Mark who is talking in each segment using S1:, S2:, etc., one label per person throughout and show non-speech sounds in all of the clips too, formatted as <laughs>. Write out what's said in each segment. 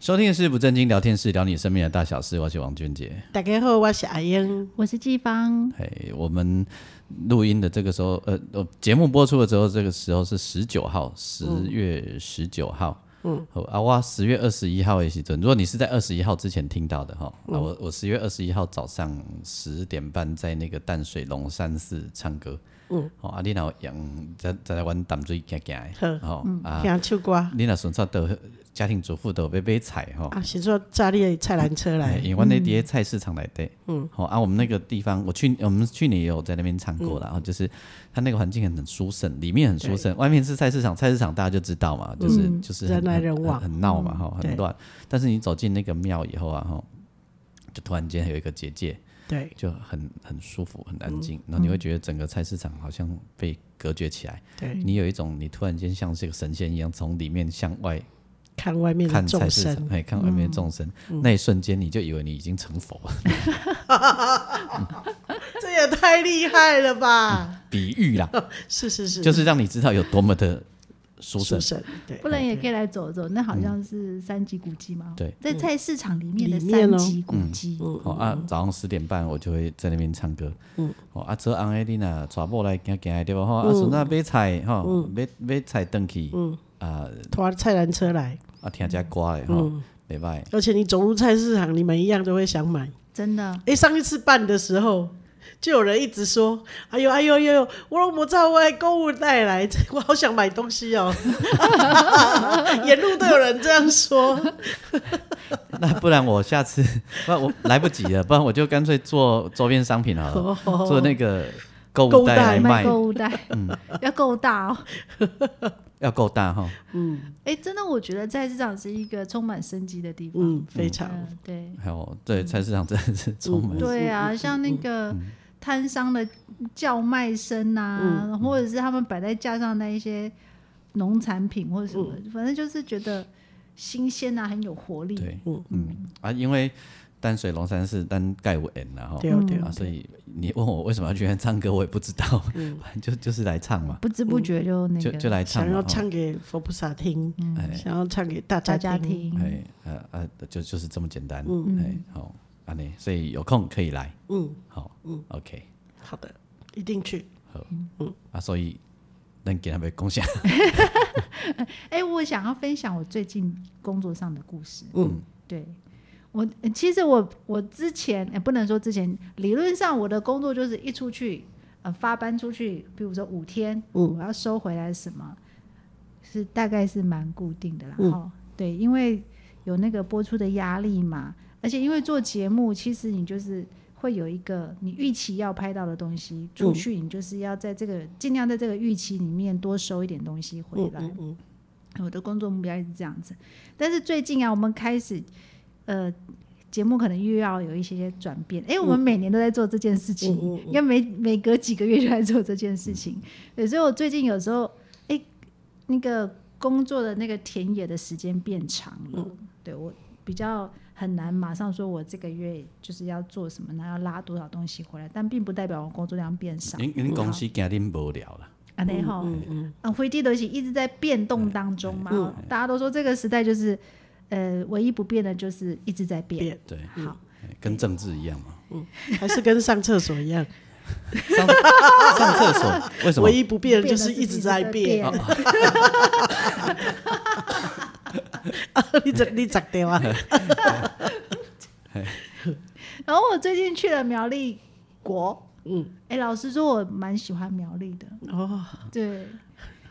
S1: 收听的是不正经聊天室，聊你身边的大小事。我是王俊杰。
S2: 大家好，我是阿英。
S3: 我是季芳，
S1: 嘿，我们录音的这个时候，呃，呃节目播出的时候，这个时候是十九号，十月十九号。嗯，啊，哇，十月二十一号的时准。如果你是在二十一号之前听到的哈，啊，我我十月二十一号早上十点半在那个淡水龙山寺唱歌。嗯，哦，啊，你若养在在湾淡水行行的，
S2: 好
S1: 哦，啊，
S2: 听唱歌啊，
S1: 你若顺便到家庭主妇都要买菜吼。
S2: 是说炸你的菜篮车
S1: 哎，
S2: 来，嗯
S1: 因为阮那底菜市场来对，嗯，好、啊，我们那个地方，我去我们去年也有在那边唱过啦，然
S2: 嗯
S1: 后、就是它那个环境很很舒适，里面很舒适，外面是菜市场，菜市场大家就知道嘛，就是、
S2: 嗯
S1: 就是
S2: 人
S1: 很
S2: 来
S1: 很
S2: 人
S1: 很
S2: 往嗯
S1: 很闹嘛哈、
S2: 对
S1: 很乱，但是你走进那个庙以后啊哈，就突然间有一个结界，
S2: 对，
S1: 就很很舒服，很安
S2: 嗯
S1: 静，然后你会觉得整个菜市场好像被隔绝起来，
S2: 对，
S1: 你有一种你突然间像是个神仙一样从里面向外
S2: 看外面的
S1: 看
S2: 众
S1: 菜市场，
S2: 生，嗯
S1: 哎，看外面的众生，那一瞬间你就以为你已经成佛了。
S2: 这也太厉害了吧！
S1: 比喻啦，
S2: 是是是，
S1: <laughs> 就是让你知道有多么的殊胜
S2: 书。生，对，
S3: 不然也可以来走走。那好像是三级古迹嘛，
S1: 对，
S3: 在菜市场里面的
S2: 里面
S3: 三
S2: 哦
S3: 级古迹。
S1: 哦啊，早上十点半我就会在那边唱歌。嗯，哦啊，做红的你呐，娶某来行行的对吧？吼，啊，顺便买菜吼，买买菜回去。嗯啊
S2: 拖菜篮车来，
S1: 啊，听下歌的吼，袂歹。 <laughs>
S2: 而且你走入菜市场，你们一样都会想买。
S3: 真的，
S2: 哎、上一次办的时候，就有人一直说：“哎呦哎呦哎呦，我拢无在外购物袋来， <laughs> 我好想买东西哦。” <laughs> 沿路都有人这样说，
S1: 那不然我下次， <laughs> 不然我来不及了，不然我就干脆做周边商品好了，做那个购物袋来哦卖嗯
S3: 卖，购物袋，要够大哦。
S1: 要够大哈。
S3: 哎，真的，我觉得菜市场是一个充满生机的地方。
S2: 嗯，非常、
S3: 嗯，对，
S1: 还有哦对菜市场真的是嗯充满
S3: 对啊，像那个摊商的叫卖声啊，或者是他们摆在架上的那一些农产品或者什么，反正就是觉得新鲜啊，很有活力。
S1: 对，嗯啊，因为淡水龙山寺单盖我 N 然后
S2: 对哦对
S1: 啊，
S2: 哦，
S1: 所以你问我为什么要去那边唱歌，我也不知道，反 <laughs> 正就就是来唱嘛，
S3: 不知不觉就那
S1: 就
S3: 个
S1: 就来唱
S2: 嗯想
S1: 嘛
S2: 要，
S1: 哦
S2: 唱给佛菩萨听，
S1: 哎
S2: 想要唱给大
S3: 嗯大
S2: 家
S3: 家
S2: 听。
S3: 听。
S1: 哎呃呃，就就是这么简单，哎好，啊你所以有空可以来，
S2: 嗯，
S1: 好，嗯，OK，
S2: 好的，一定去。
S1: 啊，所以能给他们贡献，
S3: 哎、我想要分享我最近工作上的故事。
S2: 嗯，
S3: 对我呃其实我我之前也、不能说之前，理论上我的工作就是一出去呃发班出去，比如说五天，
S2: 嗯
S3: 我要收回来什么，是大概是蛮固定的啦。
S2: 嗯
S3: 哦，对，因为有那个播出的压力嘛，而且因为做节目，其实你就是。会有一个你预期要拍到的东西
S2: 嗯
S3: 出去，你就是要在这个尽量在这个预期里面多收一点东西回
S2: 嗯
S3: 来。
S2: 嗯嗯，
S3: 我的工作目标一直这样子。但是最近啊，我们开始呃，节目可能又要有一些些转变。哎、我们每年都在做这件事情，
S2: 嗯嗯嗯
S3: 应该每每隔几个月就在做这件事情。对，所以我最近有时候哎、那个工作的那个田野的时间变长了，
S2: 嗯
S3: 对我比较。很难马上说，我这个月就是要做什么，然后要拉多少东西回来，但并不代表我工作量变少。
S1: 您
S2: 嗯
S1: 您公司今天无聊了，
S3: 啊，内吼，啊，灰地都是一直在变动当中嘛，
S2: 嗯
S3: 哦大家都说这个时代就是，呃，唯一不变的就是一直在变。
S2: 变嗯
S1: 对，
S3: 好，
S1: 哎跟政治一样嘛，
S2: 还是跟上厕所一样，
S1: 上上厕所为什么
S2: 唯？一不变的就是一直在
S3: 变
S2: 变。 <laughs>
S3: 的是一直在变。
S2: <laughs> 你怎你咋的
S3: <laughs>
S2: 啊？
S3: 然后我最近去了苗栗国，嗯，哎，老实说，我蛮喜欢苗栗的，
S2: 哦，
S3: 对，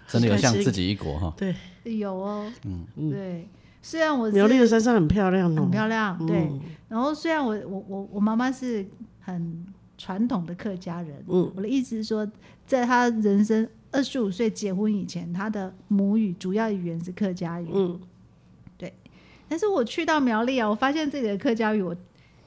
S1: 真的有像自己一国哈，
S2: 对，
S3: 有哦，嗯，对，虽然我是
S2: 苗栗的山上很漂亮
S3: 很
S2: 哦。
S3: 漂亮，对。然后虽然我我我我妈妈是很传统的客家人，
S2: 嗯
S3: 我的意思是说，在她人生二十五岁结婚以前，她的母语主要语言是客家语，
S2: 嗯，
S3: 但是我去到苗栗啊，我发现这里的客家语我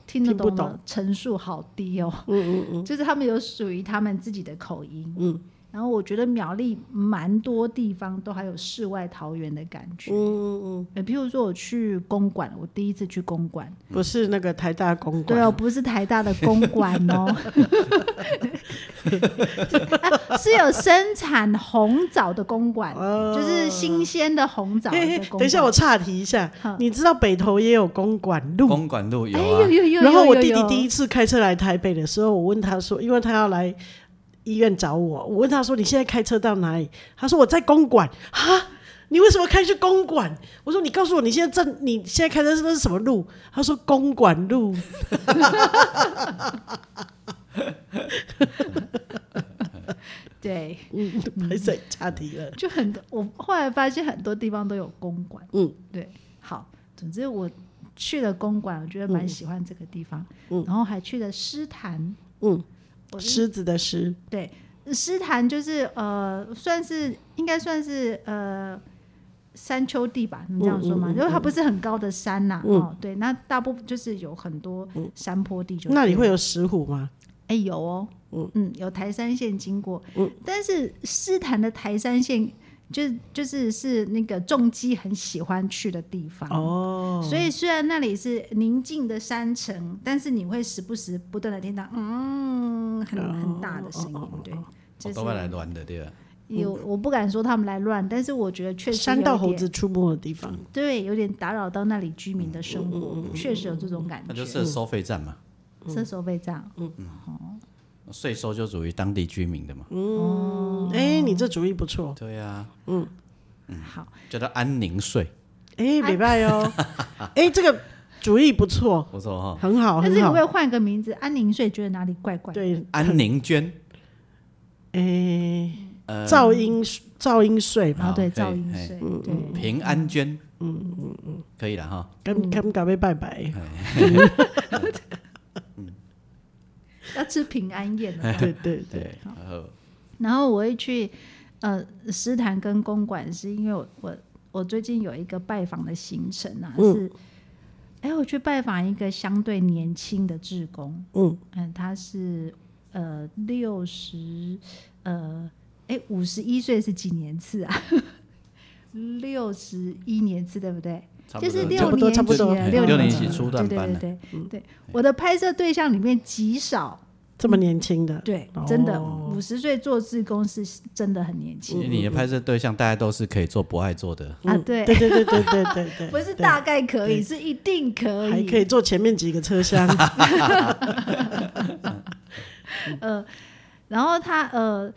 S3: 听得懂
S2: 听不懂
S3: 的层数好低哦，
S2: 嗯嗯
S3: 就是他们有属于他们自己的口音。
S2: 嗯，
S3: 然后我觉得苗栗蛮多地方都还有世外桃源的感觉。
S2: 嗯嗯
S3: 呃，譬如说我去公馆，我第一次去公馆，
S2: 嗯，不是那个台大公
S3: 对
S2: 馆，
S3: 哦，不是台大的公馆哦，
S2: <laughs>
S3: 啊是有生产红枣的公馆，
S2: 哦
S3: 就是新鲜的红枣的
S2: 嘿
S3: 公
S2: 嘿
S3: 馆。
S2: 等一下，我岔题一下
S3: 好，
S2: 你知道北投也有公馆路
S1: 公馆路有
S3: 哎
S1: 啊
S3: 呦，呦呦，
S2: 然后我
S3: 有
S2: 弟弟
S3: 有
S2: 第一次开车来台北的时候，我问他说，因为他要来医院找我，我问他说你现在开车到哪里？他说我在公馆啊。你为什么开去公馆？我说你告诉我，你现在正你现在开的是那是什么路？他说公馆路。
S3: 对，
S2: 嗯，还在岔题了。
S3: 就很多，我后来发现很多地方都有公馆。
S2: 嗯，
S3: 对，好，总之我去了公馆，我觉得蛮喜欢这个地方，
S2: 嗯
S3: 然后还去了诗坛，
S2: 嗯，
S3: 我
S2: 狮子的狮，
S3: 对，呃诗坛就是呃，算是应该算是呃山丘地吧，你这样说嘛，
S2: 嗯嗯嗯
S3: 因为它不是很高的山呐、
S2: 嗯
S3: 哦，对，那大部分就是有很多山坡地就，
S2: 那里会有石虎吗？
S3: 哎、有哦，
S2: 嗯
S3: 嗯有台山线经过，但是诗坛的台山线就就是是那个重机很喜欢去的地方。
S2: 哦，
S3: 所以虽然那里是宁静的山城，但是你会时不时不断的听到嗯很
S2: 哦
S3: 很大的声音，对，就
S1: 我
S3: 是
S1: 哦都会来乱的对吧？啊
S3: 有我不敢说他们来乱，但是我觉得确实
S2: 嗯山
S3: 有
S2: 道
S3: 一
S2: 猴
S3: 点
S2: 子出没的地方。
S3: 对有点打扰到那里居民的生
S2: 嗯
S3: 活，确实有这种感
S1: 那
S3: 觉
S1: 就。是收费站嘛，
S3: 这收费站，
S1: 税收就属于当地居民的嘛。
S3: 哦
S2: 嗯，哎，你这主意不错。
S1: 对啊，
S3: 好，
S1: 叫做安宁税，
S2: 哎，
S3: 啊
S2: 礼拜哦，哎，这个主意不错，
S1: 不错哈。
S2: 很好，
S3: 但
S2: 很
S3: 是你
S2: 好。
S3: 会换个名字，安宁税觉得哪里怪怪？的。
S2: 对，
S1: 安宁捐，
S2: 诶，噪音噪音税嘛，
S3: 然后对
S1: 好可以
S3: 噪音
S1: 嘿
S3: 税，
S2: 嗯
S3: 对，
S1: 平安捐，嗯嗯嗯，可以了哈。
S3: 嗯
S2: 跟跟咖啡拜拜，
S3: 哎要吃平安宴了。
S2: 对对对，
S1: 对，然后
S3: 然后我会去呃诗坛跟公馆，是因为我我我最近有一个拜访的行程啊，
S2: 嗯
S3: 是哎、我去拜访一个相对年轻的志工，
S2: 嗯
S3: 嗯，他是呃六十呃哎五十一岁是几年次啊？ <laughs> 六十一年次对不对？
S1: 差不
S3: 就
S1: 多
S3: 是
S2: 差
S3: 六
S2: 不多
S3: 年
S2: 差不
S3: 级
S2: 多哎对
S3: 了，
S2: 六
S3: 年
S2: 年
S3: 级
S2: 级
S3: 了
S1: 初段
S3: 对
S1: 班
S3: 对
S1: 了
S3: 对对对，我的拍摄对象里面极少
S2: 这么年轻的，
S3: 对
S2: 哦，
S3: 真的，五十岁做志工是真的很年轻、
S1: 其实你的拍摄对象大家都是可以做不爱做的，
S3: 啊，
S2: 嗯
S3: 对，
S2: 对对对对对对对，
S3: <laughs> 不是
S2: 对
S3: 大概可以，是一定可
S2: 还
S3: 以。
S2: 可以坐前面几个车
S3: <laughs>
S2: 厢，
S3: 然后他呃，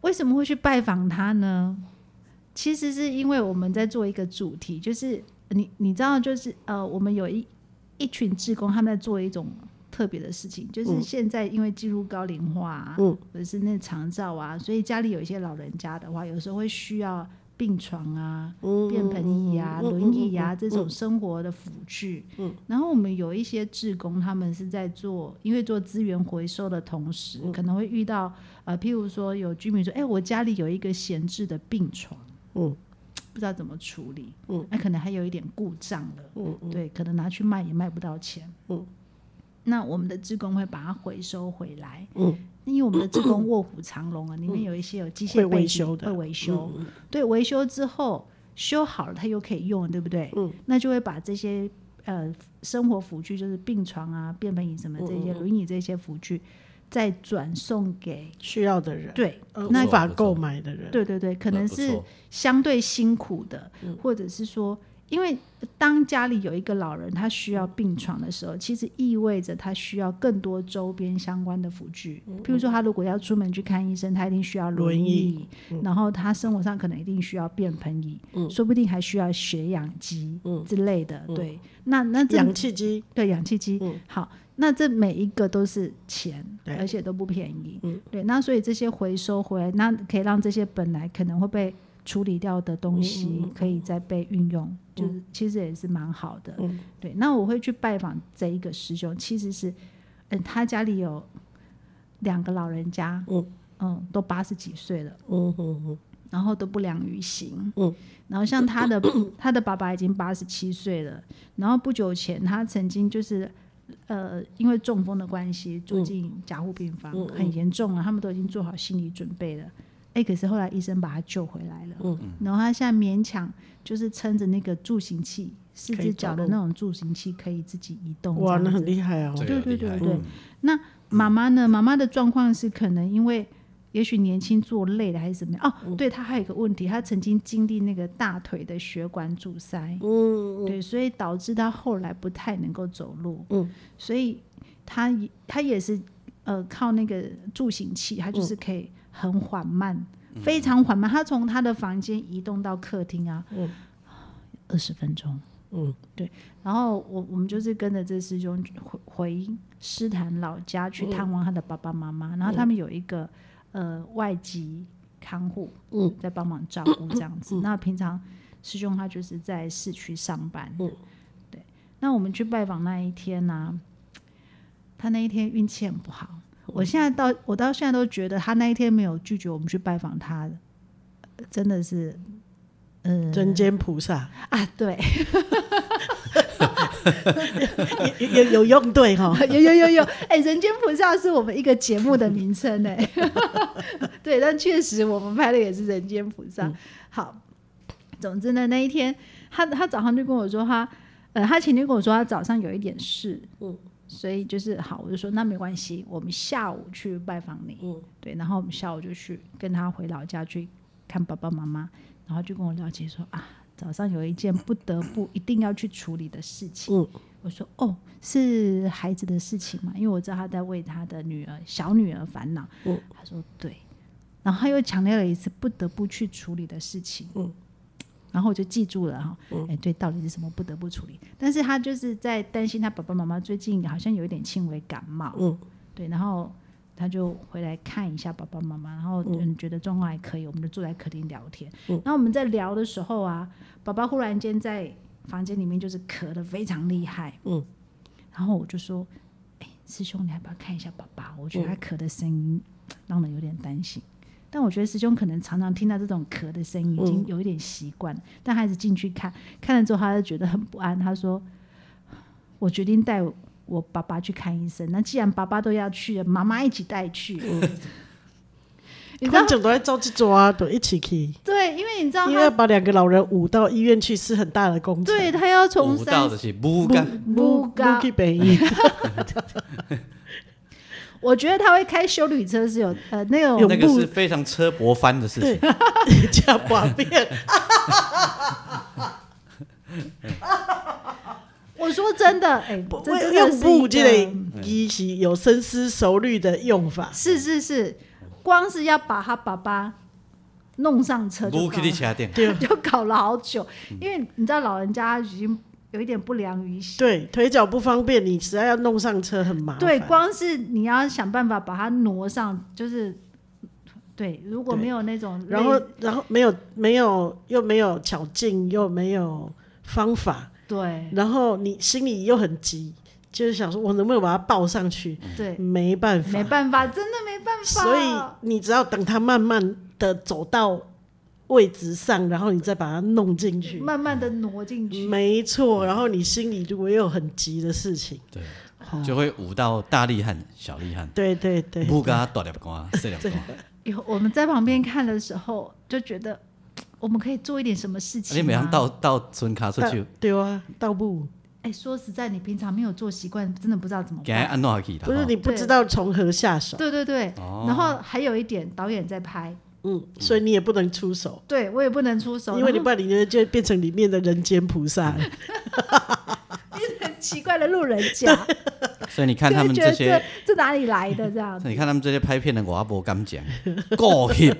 S3: 为什么会去拜访他呢？其实是因为我们在做一个主题，就是你你知道，就是呃，我们有一一群志工，他们在做一种特别的事情，就是现在因为进入高龄化、啊，
S2: 嗯
S3: 或者是那长照啊，所以家里有一些老人家的话，有时候会需要病床啊、便盆椅啊、轮椅啊这种生活的辅具。然后我们有一些志工，他们是在做，因为做资源回收的同时，可能会遇到呃，譬如说有居民说，哎、我家里有一个闲置的病床，
S2: 嗯
S3: 不知道怎么处理，
S2: 嗯，
S3: 那、可能还有一点故障了，
S2: 嗯
S3: 对，可能拿去卖也卖不到钱，
S2: 嗯，
S3: 那我们的志工会把它回收回来，
S2: 嗯，
S3: 因为我们的志工卧虎藏龙啊，里面有一些有机
S2: 会
S3: 械
S2: 维
S3: 背景
S2: 修的嗯
S3: 会维修，对，维修之后修好了，它又可以用，对不对？
S2: 嗯，
S3: 那就会把这些呃生活辅具，就是病床
S2: 嗯
S3: 啊、便盆椅什么这些轮椅这些辅具，再转送给
S2: 需要的人，
S3: 对，
S2: 呃
S1: 那
S2: 无法购买的人，
S3: 对对对，可能
S1: 那不
S3: 是
S1: 错
S3: 相对辛苦的，
S2: 嗯
S3: 或者是说，因为当家里有一个老人他需要病床的时候，其实意味着他需要更多周边相关的辅具，譬如说他如果要出门去看医生，他一定需要
S2: 嗯
S3: 轮
S2: 轮
S3: 椅
S2: 椅，嗯
S3: 然后他生活上可能一定需要便盆椅，说不定还需要血氧机之类的。对，那那这
S2: 嗯氧气机，
S3: 对，氧气机。好，那这每一个都是钱，
S2: 嗯对嗯
S3: 而且都不便宜。对，那所以这些回收回来，那可以让这些本来可能会被处理掉的东
S2: 嗯
S3: 西，可以再被运用，就是其实也是蛮好的。
S2: 嗯
S3: 对，那我会去拜访这一个师兄，其实是，嗯，他家里有两个老人家，
S2: 嗯
S3: 嗯，都八十几岁了。
S2: 嗯嗯嗯，
S3: 然后都不良于行。嗯，然后像他的 <coughs> 他的爸爸已经八十七岁了，然后不久前他曾经就是呃因为中风的关系住进加护病
S2: 嗯
S3: 房，很严重了，他们都已经做好心理准备了。哎，可是后来医生把他救回来了，
S2: 嗯
S3: 然后他现在勉强就是撑着那个助行器，四
S2: 可以
S3: 只
S2: 走
S3: 脚的那种助行器可以自己移动这样子。
S2: 哇，那很厉害啊！
S1: 这个
S3: 对
S1: 有
S3: 哦对
S1: 厉害
S3: 对对那妈妈呢？妈妈的状况是可能因为也许年轻做累了还是怎么样？哦，对，她还有一个问题，她曾经经历那个大腿的血管阻塞，嗯，对，所以导致她后来不太能够走路，嗯，所以她也她也是呃靠那个助行器，她就是可以很缓慢，非常缓慢，她从她的房间移动到客厅啊，嗯，二十分钟。然后我我们就是跟着这师兄回回师坛老家去探望他的爸爸妈妈，然后他们有一个呃外籍看护，嗯，在帮忙照顾这样子。那平常师兄他就是在市区上班，嗯，对。那我们去拜访那一天呢、他那一天运气很不好。我现在到我到现在都觉得他那一天没有拒绝我们去拜访他，呃真的是
S2: 人间菩萨
S3: 啊，对，
S2: 有有有用对哈，
S3: <laughs> 有有有有，哎、人间菩萨是我们一个节目的名称哎、 <laughs> 对，但确实我们拍的也是人间菩萨。好，总之呢，那一天他他早上就跟我说他，呃，他前天跟我说他早上有一点事，嗯，所以就是好，我就说那没关系，我们下午去拜访你，嗯，对，然后我们下午就去跟他回老家去看爸爸妈妈，然后就跟我了解说啊，早上有一件不得不一定要去处理的事情，我说哦，是孩子的事情嘛，因为我知道他在为他的女儿小女儿烦恼。
S2: 嗯
S3: 他说对，然后他又强调了一次不得不去处理的事情。嗯，然后我就记住了哈，哎、对，到底是什么不得不处理？但是他就是在担心他爸爸妈妈最近好像有一点轻微感冒。
S2: 嗯，
S3: 对，然后。他就回来看一下爸爸妈妈，然后嗯觉得状况还可以，我们就坐在客厅聊天。然后我们在聊的时候啊，爸爸忽然间在房间里面就是咳得非常厉害，
S2: 嗯，
S3: 然后我就说，哎、师兄，你要不要看一下爸爸？我觉得他咳的声音让人有点担心。但我觉得师兄可能常常听到这种咳的声音，已经有一点习惯了。但他还是进去看，看了之后他就觉得很不安。他说：“我决定带我爸爸去看医生。那既然爸爸都要去了，妈妈一起带去。 <laughs> 你知道
S2: 观众都在嗯着急抓，都一起去，
S3: 对，因为你知道
S2: 因为要
S3: 他，
S2: 把两个老人捂到医院去是很大的工程。
S3: 对他要从
S1: 舞蹈
S3: 三
S1: 的是不干，
S3: 不高，
S2: 去北医，
S3: 我觉得他会开修旅车是有呃那种
S2: 有
S1: 那个是非常车箔翻的事情。
S2: <laughs> 加寡变，
S3: 我说真的，哎、
S2: 不
S3: 这真的
S2: 用
S3: 是一
S2: 布
S3: 个
S2: 这类医习有深思熟虑的用法，
S3: 是是是，光是要把他爸爸弄上车就
S1: 不
S3: 搞
S1: 去你车店，
S2: 对
S3: <laughs> 就搞了好久，
S2: 嗯
S3: 因为你知道老人家已经有一点不良于行。
S2: 对，腿脚不方便，你实在要弄上车很麻烦。
S3: 对，光是你要想办法把他挪上，就是对，如果
S2: 对
S3: 没有那种类，
S2: 然后然后没有没有又没有巧劲，又没有方法，
S3: 对
S2: 然后你心里又很急，就是想说我能不能把它抱上去？
S3: 对，
S2: 嗯没办法，
S3: 没办法，真的没办法。
S2: 所以你只要等它慢慢的走到位置上，然后你再把它弄进去。
S3: 慢慢的挪进去，
S2: 没错，然后你心里如果有很急的事情，
S1: 对，
S3: 哦
S1: 就会舞到大力汉、小力汉，
S2: 对对对，
S1: 不干大粒瓜、细粒瓜。
S3: 有我们在旁边看的时候就觉得，我们可以做一点什么事情、啊。
S1: 你每样到到村卡出
S2: 到
S1: 去，
S2: 对啊，到不
S3: 哎、说实在，你平常没有做习惯，真的不知道怎么
S1: 给他
S3: 办。
S1: 啊安哪去啦？
S2: 不是
S1: 吼
S2: 你不知道从何下手，
S3: 对对对，
S1: 哦
S3: 然后还有一点，导演在拍，
S2: 嗯，所以你也不能出手，
S3: 对我也不能出手，
S2: 因为你
S3: 然
S2: 不然你就就变成里面的人间菩
S3: <laughs>
S2: 萨了。
S3: 后 <laughs> 很奇怪的路人
S2: <laughs>
S3: 甲，
S1: 所以你看
S3: 就
S1: 他
S3: 会
S1: 们
S3: 觉
S1: 这
S3: 得
S1: 些
S3: 这，这哪里来的这样
S1: 所以你看他们这些拍片的我不敢讲， <laughs> 够翕，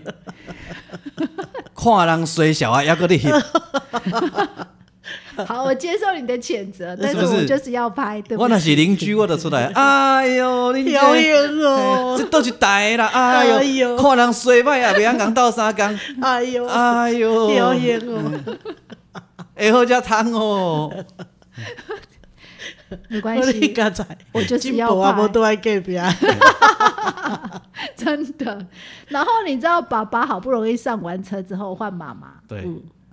S1: 看人衰小啊，还搁你翕， <laughs>
S3: 好，我接受你的谴责，但
S1: 是不
S3: 我
S1: 是
S3: 就是要拍，对不
S1: 我若
S3: 对？
S1: 是邻居，我就出来，哎哟，你
S2: 表
S1: 这。
S2: 演
S1: 这
S2: 哦，
S1: 倒是台的啦，哎
S2: 哎
S1: 哟，
S2: 呦
S1: 看人衰歹啊，袂晓讲斗相共，
S2: 哎呦，哦
S1: 哎哟，
S2: 表
S1: 嗯
S2: 演哦，
S1: 会好食汤哦，
S3: 没关 <laughs>
S2: 我你
S3: 系，
S2: 刚才
S3: 我就是要
S2: 阿
S3: 拜
S2: 伯，都爱 gay 比
S3: <laughs>
S2: 啊，
S3: 真的。然后你知道，爸爸好不容易上完车之后换妈妈，
S1: 对，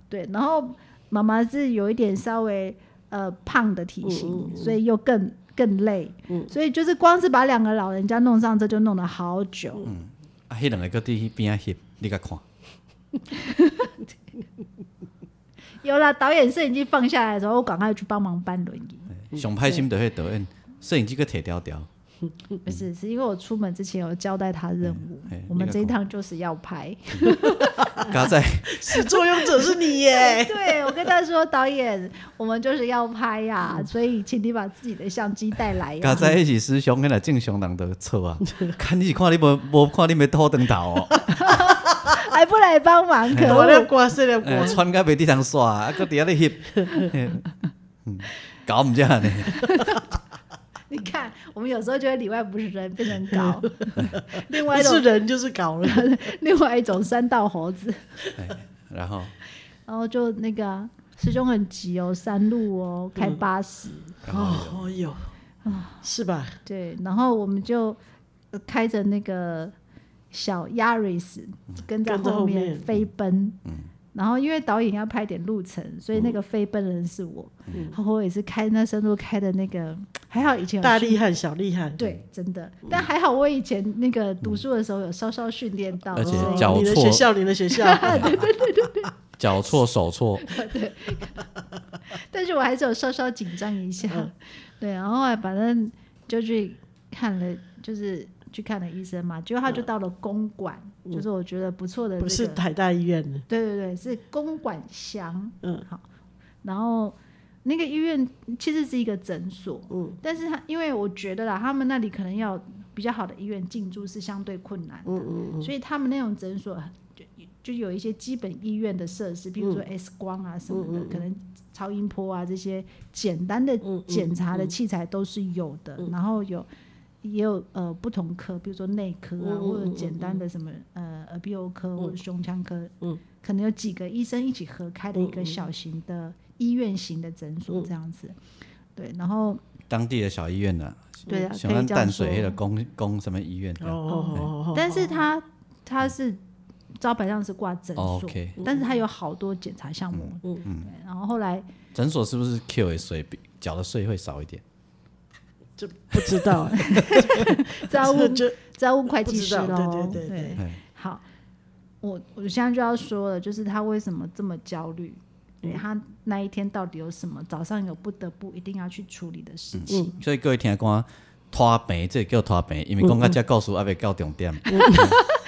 S3: 对，然后妈妈是有一点稍微呃胖的体型，
S2: 嗯
S3: 所以又更更累，
S1: 嗯
S3: 所以就是光是把两个老人家弄上车就弄了好久。
S1: 啊，迄两个搁伫迄边啊翕，你甲看，
S3: 有了导演摄影机放下来的时候，我赶快去帮忙搬轮椅。
S1: 上歹心就迄导演，摄影机搁摕条条，
S3: 不是，是因为我出门之前有交代他任务，
S1: 嗯嗯嘿
S3: 我们这一趟就是要拍。
S1: 加在
S2: 始作俑者是你
S1: <laughs>
S2: 耶。
S3: <laughs> 对，我跟他说，导演，我们就是要拍呀、所以请你把自己的相机带来呀、<laughs>
S1: 加在迄是师兄，迄若正常人就错啊，看你是看你无无看你没倒转头哦。
S3: 还哎不来帮忙，可
S2: 我
S3: 恶
S2: 了！瓜，是了
S1: 哎
S2: 瓜，
S1: 穿甲袂得通煞，啊，搁伫遐咧翕，嘿 <laughs> 嗯搞毋正呢， <laughs>
S3: 你看，我们有时候就会里外不是人，变成搞
S2: <laughs>
S3: 另
S2: 不
S3: 外一
S2: 是
S3: 种
S2: 人就是搞了。
S3: 另外一种山道猴子。
S1: 然后
S3: 然后就那个啊师兄很急哦，山路哦，开
S2: 嗯
S3: 八十、
S2: 哦哟，是吧？
S3: 对，然后我们就呃开着那个小 Yaris 跟在
S2: 跟嗯在后
S3: 后面
S2: 面嗯
S3: 飞奔。然后因为导演要拍点路程，所以那个飞奔的人是我。
S2: 嗯
S3: 然后我也是开那深度开的那个，还好以前有
S2: 大嗯
S3: 训
S2: 厉害，小厉害。
S3: 对，真的，但还好我以前那个读书的时候有稍稍训练到，
S1: 而且
S3: 所以
S1: 脚
S2: 你的
S1: 错
S2: 学校，你的
S3: <laughs>
S2: 学校，
S1: 脚错手错，
S3: 但是我还是有稍稍紧张一下。
S2: 嗯
S3: 对，然后后来反正就去看了，就是去看了医生嘛，结果他就到了公馆，就是我觉得不错的、这
S2: 嗯
S3: 个，
S2: 不是台大医院的，
S3: 对对对，是公馆乡。
S2: 嗯，
S3: 好。然后那个医院其实是一个诊所，嗯，但是他因为我觉得啦，他们那里可能要比较好的医院进驻是相对困难的，嗯嗯所以他们那种诊所就就有一些基本医院的设施，比如说 X 光啊什么的，可能超音波啊这些简单的检查的器材都是有的，然后有。也有呃不同科，比如说内科啊，或者简单的什么呃耳鼻喉科或者胸腔科，可能有几个医生一起合开的一个小型的医院型的诊所这样子。对，然后
S1: 当地的小医院呐，
S3: 对啊，可
S1: 像
S3: 以
S1: 咱
S3: 这样
S1: 嗯淡
S3: 说。
S1: 水迄个公公什么医院，
S2: 哦哦哦哦，
S3: 但是它它是招牌上是挂诊
S1: 哦
S3: 所，
S1: ，OK
S3: 但是它有好多检查项目。嗯然后
S2: <laughs>
S3: 后来
S1: 诊所是不是 Q 的税比缴的税会少一点？
S2: 这不知
S3: <laughs>
S2: 道哎，
S3: 再
S2: 这
S3: 要问
S2: 就
S3: 再要问会计师
S2: 不知道
S3: 喽。
S2: 对对对
S1: 对
S3: 好，我我现在就要说了，就是他为什么这么焦虑？对
S2: 嗯
S3: 他那一天到底有什么？早上有不得不一定要去处理的事情，
S1: 所以各位听讲，拖病这叫拖病，因为讲到这故事还未到重点，
S3: <laughs>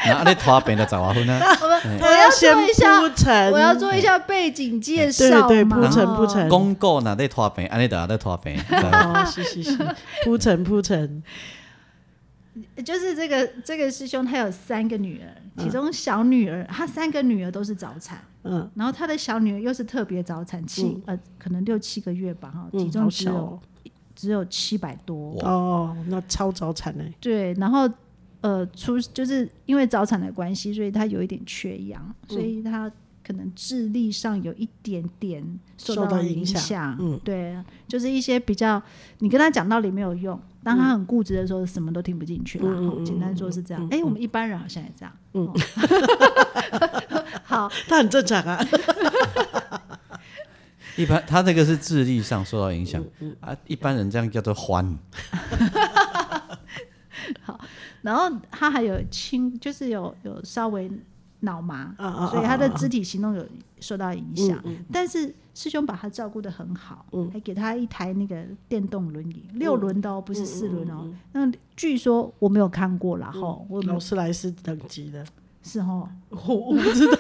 S1: 那安尼拖病就十外分啊。
S3: 哎我们
S2: 他哎要嗯先
S3: 做一下
S2: 铺陈，
S3: 我要做一下背景介
S2: 对
S3: 绍嘛，哦
S2: 对铺陈铺陈，
S1: 公告哪在拖病，安尼就哪在拖病，知
S3: <laughs>
S1: 道吗
S2: 哦，是是是，铺陈铺陈，
S3: 就是这个这个师兄他有三个女儿，其中小女儿、他三个女儿都是早产，
S2: 嗯，
S3: 然后他的小女儿又是特别早产，七、呃可能六七个月吧哈，体
S2: 嗯，
S3: 重
S2: 好
S3: 只
S2: 小
S3: 有、
S2: 哦，
S3: 只有七百多，
S2: 哦，那超早产哎，
S3: 对，然后呃出就是因为早产的关系，所以他有一点缺氧，所
S2: 嗯
S3: 以他可能智力上有一点点
S2: 受到
S3: 到
S2: 影响
S3: 响。
S2: 嗯
S3: 对，就是一些比较你跟他讲道理没有用，当他很固执的时候，什么都听不进去了。
S2: 嗯嗯嗯嗯
S3: 哦简单说是这样。哎、我们一般人好像也这样。嗯，好，
S2: 他很正常啊，
S1: 一般他这个是智力上受到影响
S3: 嗯
S1: 啊，一般人这样叫做欢，
S3: 然后他还有轻，就是有有稍微脑麻，
S2: 啊啊
S3: 所以他的肢体行动有受到影
S2: 嗯
S3: 响。但是师兄把他照顾的很好，还给他一台那个电动轮椅，
S2: 嗯
S3: 六轮的哦，不是四轮哦。那据说我没有看过啦，
S2: 嗯
S3: 吼，我没
S2: 劳斯莱斯等级的，
S3: 是吼。
S2: 我 <laughs> 我不知
S3: <laughs>
S2: 道，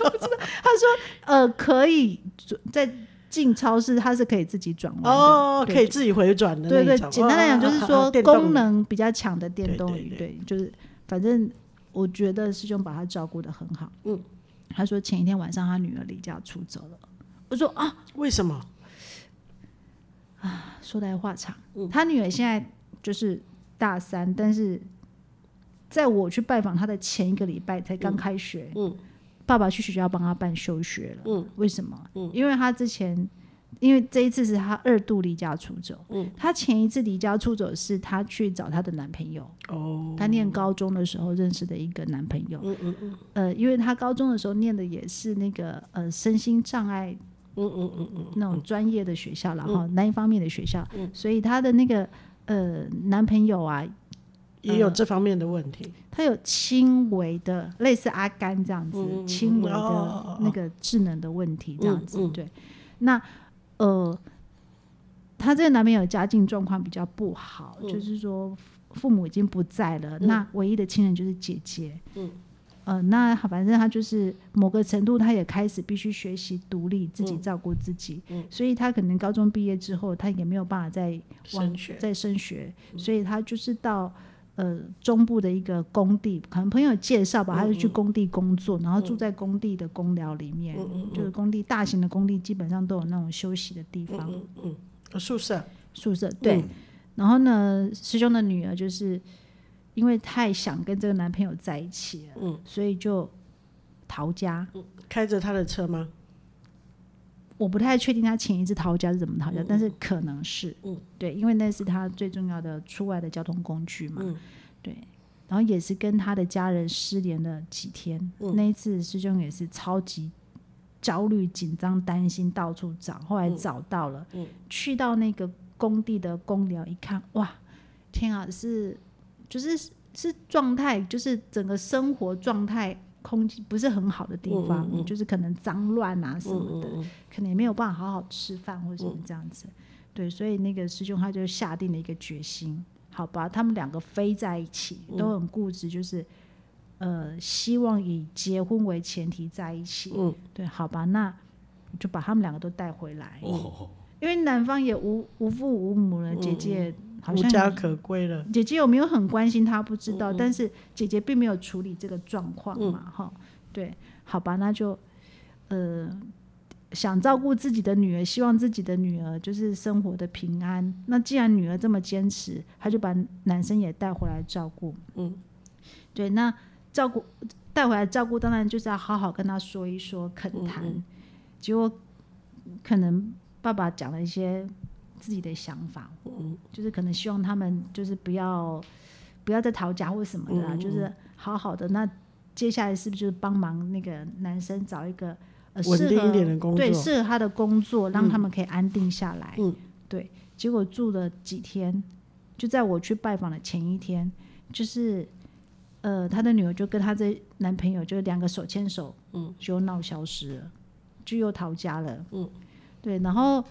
S3: 呃，可以转在进超市，它是可以自己转弯的
S2: 哦，
S3: 嗯对
S2: 可以自己回转哦的
S3: 对
S2: 那
S3: 对，
S2: 种，
S3: 简单来讲
S2: 啊
S3: 就是说
S2: 能
S3: 功能比较强的电
S2: 对
S3: 动
S2: 对
S3: 椅，
S2: 对
S3: 对，就是反正我觉得师兄把他照顾的很好。嗯，他说前一天晚上他女儿离家出走了，我说啊，
S2: 为什么？
S3: 说来话长，他女儿现在就是大三，但是在我去拜访他的前一个礼拜才刚开学，
S2: 嗯
S3: 嗯爸爸去学校帮他办休学了，为什么？因为他之前因为这一次是她二度离家出走。嗯，她前一次离家出走是她去找她的男朋友。哦，她念高中的时候认识的一个男朋友。嗯嗯嗯。呃，因为她高中的时候念的也是那个呃身心障碍。嗯嗯嗯嗯，嗯那种专业的学校，然后那一方面的学校，所以她的那个呃男朋友啊，
S2: 也
S3: 嗯
S2: 有这方面的问题。
S3: 他有轻微的类似阿甘这样子
S2: 嗯嗯嗯
S3: 轻微
S2: 哦
S3: 的那个智能的问题这样子，
S2: 嗯嗯
S3: 对。那呃，她这个男朋友家境状况比较不好，
S2: 嗯
S3: 就是说父母已经不在了，那唯一的亲人就是姐姐，嗯。呃，那反正她就是某个程度，她也开始必须学习独立，自己
S2: 嗯
S3: 照顾自己，所以她可能高中毕业之后，她也没有办法再往
S2: 升学
S3: 再升学，所以她就是到呃中部的一个工地，可能朋友介绍吧，他就去工地工作，然后住在工地的公寮里面，
S2: 嗯
S3: 就是工地大型的工地基本上都有那种休息的地方、
S2: 嗯宿舍，
S3: 宿舍，对。然后呢，师兄的女儿就是因为太想跟这个男朋友在一起了，所以就逃家。
S2: 开着他的车吗？
S3: 我不太确定他前一次逃家是怎么逃家，但是可能是，对，因为那是他最重要的出外的交通工具嘛，对。然后也是跟他的家人失联了几天，那一次师兄也是超级焦虑、紧张、担心，到处找，后来找到了，去到那个工地的公寮一看，哇，天啊，是就是是状态，就是整个生活状态。空气不是很好的地方，就是可能脏乱啊什
S2: 嗯
S3: 么的，可能也没有办法好好吃饭或者什么这样子。对，所以那个师兄他就下定了一个决心，好吧，他们两个飞在一起，都很固执，就是呃，希望以结婚为前提在一起。
S2: 嗯
S3: 对，好吧，那就把他们两个都带回来，
S1: 哦，
S3: 因为男方也无无父无母了，姐姐好
S2: 嗯无
S3: 像
S2: 家可归了。
S3: 姐姐有没有很关心他不知道，但是姐姐并没有处理这个状况嘛，哈、对，好吧，那就呃想照顾自己的女儿，希望自己的女儿就是生活的平安。那既然女儿这么坚持，他就把男生也带回来照顾，
S2: 嗯，
S3: 对，那照顾带回来照顾，当然就是要好好跟他说一说，恳谈。结果可能爸爸讲了一些自己的想法，
S2: 嗯
S3: 就是可能希望他们就是不要不要再逃家或什么
S2: 嗯
S3: 的啦，就是好好的。那接下来是不是就是帮忙那个男生找一个呃
S2: 稳
S3: 适
S2: 定
S3: 合
S2: 一点的工
S3: 对
S2: 作
S3: 适合他的工作，让他们可以安定下来。
S2: 嗯
S3: 对。结果住了几天，就在我去拜访的前一天，就是呃，她的女儿就跟她这男朋友就两个手牵手，嗯，就闹消失了，就又逃家了。嗯，对，然后。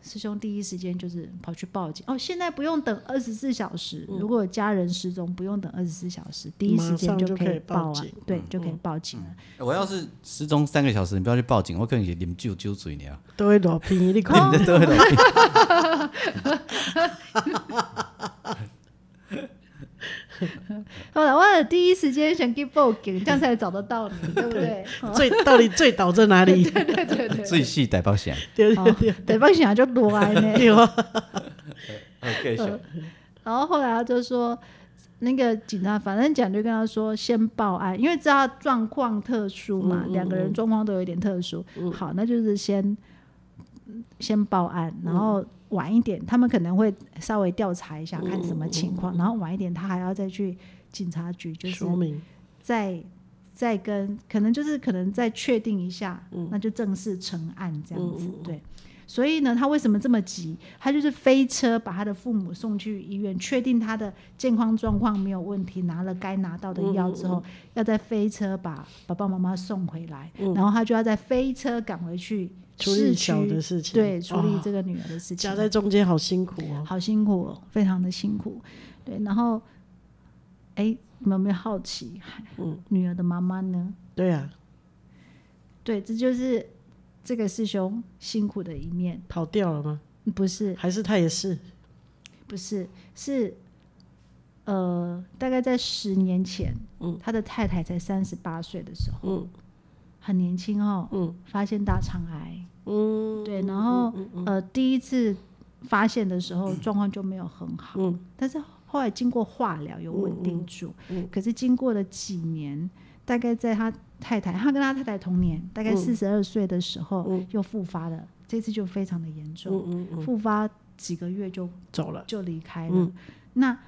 S3: 师兄第一时间就是跑去报警哦，现在不用等二十四小时，如果有家人失踪不用等二十四小时，第一时间
S2: 马上就
S3: 可
S2: 可以
S3: 以报嗯
S2: 报
S3: 案
S2: 警，
S3: 对，就可以报警了。
S1: 我要是失踪三个小时，你不要去报警，我可能也啉酒酒醉了。
S2: 都会裸皮，你看，
S3: 哦
S1: 对对对，
S3: 后来我有第一时间想去报警，这样才找得到你，对不对？哦
S2: 最到底最倒在哪里？
S3: <laughs> 对对对对，
S1: 最细台北县。
S2: 对
S3: 哦
S2: 对对，
S3: 对方想就落来呢。
S2: 对啊，
S1: OK，
S3: 呃然后后来他就说，那个警察反正讲就跟他说先报案，因为知道他状况特殊嘛，两个人状况都有点特殊。好，那就是先先报案，然后晚一点他们可能会稍微调查一下看什么情况，然后晚一点他还要再去警察局，就是
S2: 说明
S3: 再再跟可能就是可能再确定一下，
S2: 嗯
S3: 那就正式成案这样子，对。所以呢，他为什么这么急？他就是飞车把他的父母送去医院，确定他的健康状况没有问题，拿了该拿到的
S2: 嗯
S3: 药之后，要再飞车把爸爸妈妈送回来，然后他就要再飞车赶回去
S2: 嗯处理
S3: 市
S2: 小
S3: 区
S2: 的，事情，
S3: 对，处理
S2: 哦
S3: 这个女儿的事情。
S2: 夹在中间好辛苦哦。
S3: 好辛苦、哦，非常的辛苦。对，然后，哎，你们有没有好奇，女儿的妈妈呢？
S2: 对啊，
S3: 对，这就是这个师兄辛苦的一面，
S2: 跑掉了吗？
S3: 不是，
S2: 还是他也是？
S3: 不是，是，呃，大概在十年前，他的太太才三十八岁的时候，
S2: 嗯
S3: 很年轻哦，发现大肠癌，嗯，对，然后、呃，第一次发现的时候状况就没有很好，但是后来经过化疗有稳定住，可是经过了几年，大嗯概在他太太，他跟他太太同年，大概四十二岁的时候、又复发了这次就非常的严重，嗯复发几个月就
S2: 嗯走了，
S3: 就离开了。那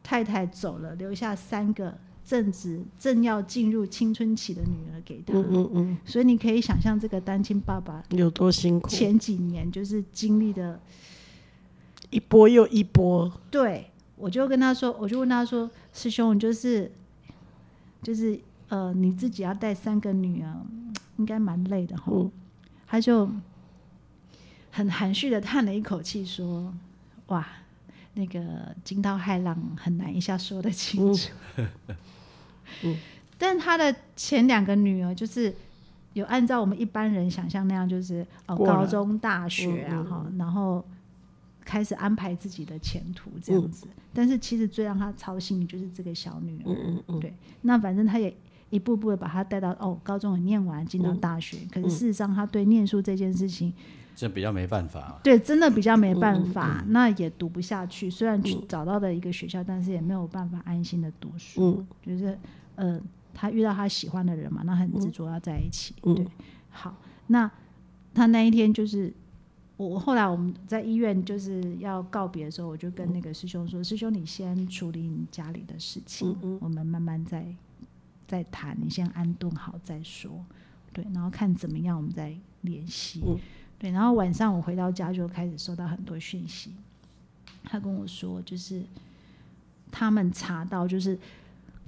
S3: 太太走了，留下三个正值正要进入青春期的女儿给他。
S2: 嗯嗯，
S3: 所以你可以想象，这个单亲爸爸
S2: 有多辛苦，
S3: 前几年就是经历的。
S2: 一波又一波，
S3: 对，我就跟他说，我就问他说：“师兄，你就是就是呃，你自己要带三个女儿，应该蛮累的哈。
S2: 嗯
S3: 他就很含蓄的叹了一口气说：“哇，那个惊涛骇浪很难一下说得清楚。
S2: 嗯 <laughs>
S3: 但他的前两个女儿就是有按照我们一般人想象那样，就是哦，
S2: 过了嗯
S3: 高中、大学啊，哈、然后开始安排自己的前途这样子。但是其实最让他操心的就是这个小女儿，
S2: 嗯
S3: 对，那反正他也一步步的把她带到哦，高中也念完，进到大学。可是事实上，他对念书这件事情，
S1: 这比较没办法。啊
S3: 对真的比较没办法，那也读不下去。虽然去找到了一个学校，但是也没有办法安心的读书。
S2: 嗯
S3: 就是呃，他遇到他喜欢的人嘛，那很执着要在一起。对，好，那他那一天就是。我我后来我们在医院就是要告别的时候，我就跟那个师兄说：“师兄，你先处理你家里的事情，我们慢慢再再谈，你先安顿好再说，对，然后看怎么样，我们再联系，对，然后晚上我回到家就开始收到很多讯息，他跟我说就是他们查到就是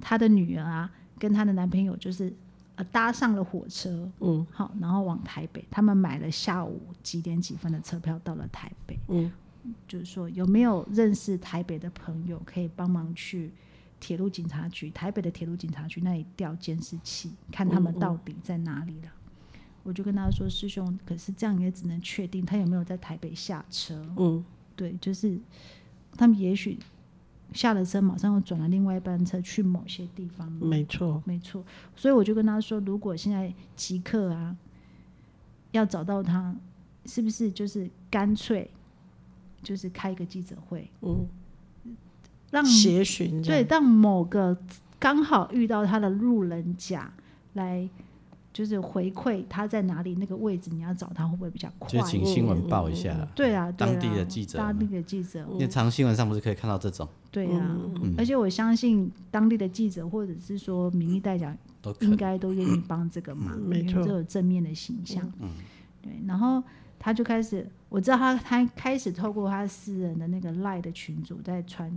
S3: 他的女儿啊跟她的男朋友就是呃搭上了火车，
S2: 嗯，
S3: 好，然后往台北，他们买了下午几点几分的车票到了台北，
S2: 嗯，
S3: 就是说有没有认识台北的朋友可以帮忙去铁路警察局，台北的铁路警察局那里调监视器，看他们到底在哪里了。我就跟他说：“师兄，可是这样也只能确定他有没有在台北下车。”
S2: 嗯，
S3: 对，就是他们也许下了车，马上又转了另外一班车去某些地方。
S2: 没错，
S3: 没错，所以我就跟他说，如果现在即刻啊要找到他，是不是就是干脆就是开一个记者会，
S2: 嗯，
S3: 让
S2: 协寻这
S3: 对
S2: 样，
S3: 让某个刚好遇到他的路人甲来。就是回馈他在哪里那个位置，你要找他会不会比较快？
S1: 就请新闻报一下，
S3: 对啊，对啊
S1: 当地的记者
S3: 当地的记者，
S1: 你常新闻上不是可以看到这种，
S3: 对啊，而且我相信当地的记者或者是说民意代表
S1: 都可
S3: 应该都愿意帮这个忙，
S2: 嗯没
S3: 因为
S2: 错嗯
S3: 这有正面的形象。对，然后他就开始，我知道他他开始透过他私人的那个赖的群组在传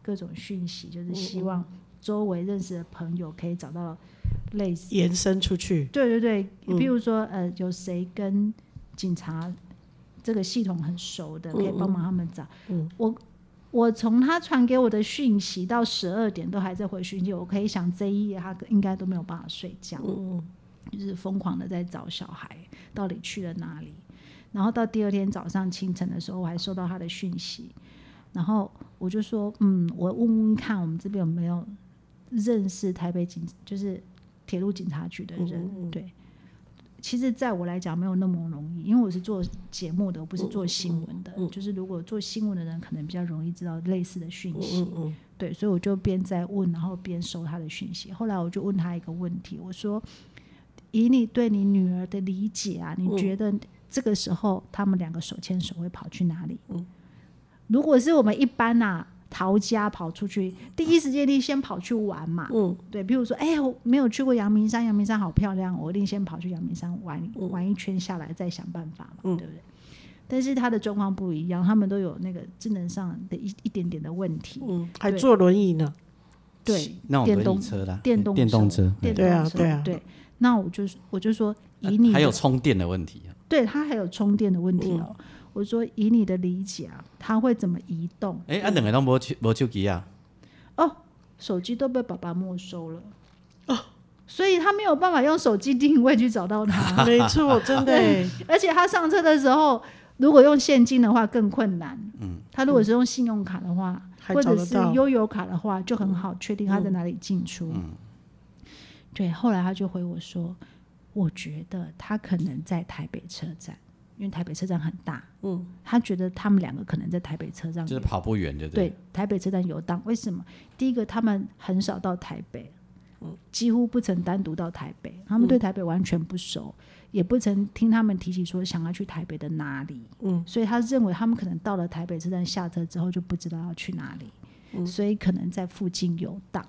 S3: 各种讯息，就是希
S2: 嗯
S3: 望周围认识的朋友可以找到类似。
S2: 延伸出去，
S3: 对对对，比如说、呃，有谁跟警察这个系统很熟的，可以帮忙他们找。我我从他传给我的讯息到十二点都还在回讯息，我可以想这一夜他应该都没有办法睡觉，
S2: 嗯
S3: 就是疯狂的在找小孩到底去了哪里。然后到第二天早上清晨的时候，我还收到他的讯息，然后我就说，嗯，我问问看我们这边有没有认识台北警，就是铁路警察局的人，对。其实，在我来讲没有那么容易，因为我是做节目的，我不是做新闻的。就是如果做新闻的人，可能比较容易知道类似的
S2: 嗯
S3: 讯息。对，所以我就边在问，然后边收他的讯息。后来我就问他一个问题，我说：“以你对你女儿的理解啊，
S2: 嗯
S3: 你觉得这个时候他们两个手牵手会跑去哪里？”
S2: 嗯
S3: 如果是我们一般啊。逃家跑出去，第一时间一定先跑去玩嘛。
S2: 嗯，
S3: 对，比如说，哎、我没有去过阳明山，阳明山好漂亮，哦我一定先跑去阳明山玩、
S2: 嗯
S3: 玩一圈下来，再想办法嘛，对不对？但是他的状况不一样，他们都有那个智能上的一一点点的问题。
S2: 嗯，还
S3: 对
S2: 坐轮椅
S3: <laughs>
S2: 呢，
S3: 对，
S1: 那种
S3: 电
S1: 轮
S3: 动
S1: 椅车啦，
S3: 电动
S1: 电动
S3: 车
S1: 车，嗯
S3: 电
S2: 对啊
S3: 动车
S2: 对啊
S3: 对。那我就我就说，以你的
S1: 啊呃还有充电的问题啊，
S3: 对他还有充电的问
S2: 嗯
S3: 题哦。我说以你的理解啊，他会怎么移动？
S1: 哎，啊，两个都无手无手机啊，
S3: 哦，手机都被爸爸没收了哦，所以他没有办法用手机定位去找到他。
S2: 没错，真的耶，
S3: 而且他上车的时候，如果用现金的话更困难。嗯，他如果是用信用卡的话，
S2: 还
S3: 或
S2: 找
S3: 者
S2: 得
S3: 是
S2: 到
S3: 悠游卡的话，就很好确定他在哪里进出。对，后来他就回我说，我觉得他可能在台北车站，因为台北车站很大。嗯，他觉得他们两个可能在台北车站
S1: 就是跑不远，对不对？
S3: 对台北车站游荡。为什么？第一个，他们很少到台北，几乎不曾单独到台北，他们对台北完全不熟，也不曾听他们提起说想要去台北的哪里。嗯，所以他认为他们可能到了台北车站下车之后就不知道要去哪里，所以可能在附近游荡。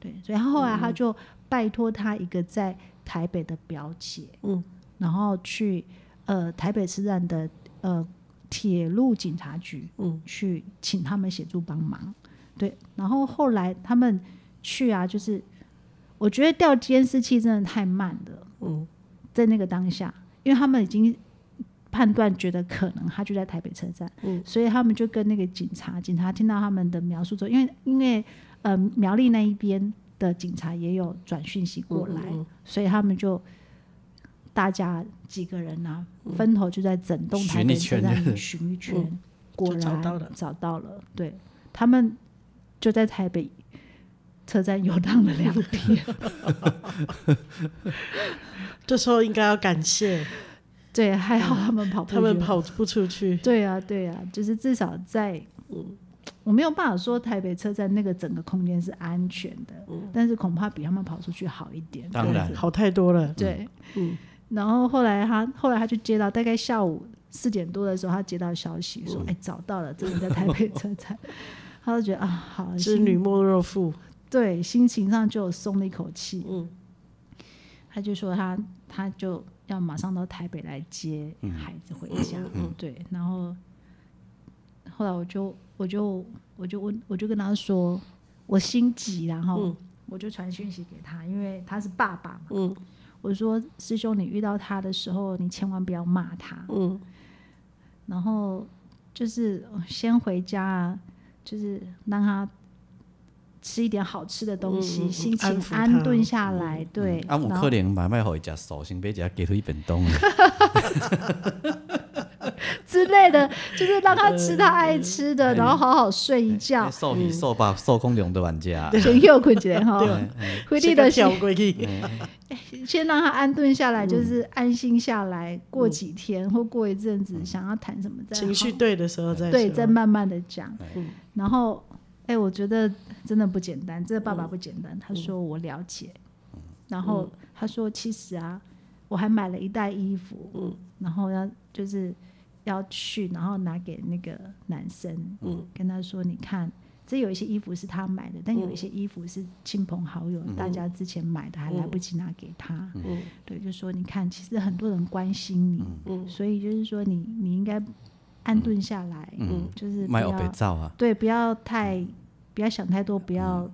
S3: 对，所以他后来他就拜托他一个在台北的表姐，嗯，然后去呃台北车站的呃铁路警察局，嗯，去请他们协助帮忙。对，然后后来他们去啊，就是我觉得调监视器真的太慢了，嗯，在那个当下，因为他们已经判断觉得可能他就在台北车站，嗯，所以他们就跟那个警察，警察听到他们的描述之后，因为因为呃苗栗那一边的警察也有转讯息过
S2: 嗯
S3: 来，所以他们就。大家几个人啊，
S2: 嗯
S3: 分头就在整栋台
S1: 巡
S3: 北
S1: 一
S3: 车
S1: 圈
S3: 站里巡一圈，果然
S2: 就找到了
S3: 找到了。对他们就在台北车站游荡了两天，
S1: <laughs>
S2: 这时候应该要感谢
S3: 对，还好他们跑步，
S2: 他们，跑不出去，
S3: 对啊，对啊，就是至少在，
S2: 嗯
S3: 我没有办法说台北车站那个整个空间是安全的，
S2: 嗯
S3: 但是恐怕比他们跑出去好一点。
S1: 当然
S3: 这样子
S2: 好太多了。
S3: 对，然后后来他后来他就接到大概下午四点多的时候，他接到消息说，哎、找到了，真的在台北车站，他就觉得啊，好，
S2: 织
S3: 心
S2: 女莫若父，
S3: 对，心情上就松了一口气。嗯，他就说他他就要马上到台北来接孩子回
S2: 嗯
S3: 家。对，然后后来我就我就我就问我就跟他说我心急，然后、
S2: 嗯
S3: 我就传讯息给他，因为他是爸爸嘛。嗯，我说师兄，你遇到他的时候，你千万不要骂他。嗯，然后就是呃先回家啊，就是让他。吃一点好吃的东西，
S2: 嗯嗯嗯
S3: 心
S2: 安
S3: 情
S2: 抚他嗯
S3: 安顿下来，对。
S1: 啊，有
S3: 然后
S1: 可能买卖互伊食素，先买一只鸡腿便当啊。
S3: <laughs> 之类的，就是让他吃他爱吃的，然后好好睡一觉
S1: 欸，素鱼素肉素讲两都玩家，啊
S3: 先休困一下哈。回
S2: 这
S3: 力
S2: 个
S3: 的
S2: 跳
S3: 先
S2: 过
S3: <laughs>
S2: 去，
S3: 先让他安顿下来，就是安心下来，过几天或过一阵子，想要谈什么再好
S2: 情绪对的时候再
S3: 对，
S2: 说
S3: 再慢慢的讲。然后，哎，我觉得真的不简单，这个爸爸不简单。他说我了解，然后他说其实啊，我还买了一袋衣服，然后要就是要去，然后拿给那个男生，跟他说你看。这有一些衣服是他买的，但有一些衣服是亲朋好友、大家之前买的，还来不及拿给他。
S2: 嗯
S3: 对，就说你看，其实很多人关心你，
S1: 嗯
S2: 嗯
S3: 所以就是说你你应该安顿下来，
S1: 嗯
S3: 就是不
S1: 卖后
S3: 要
S1: 白走啊。
S3: 对，不要
S1: 嗯
S3: 太不要想太多，不要。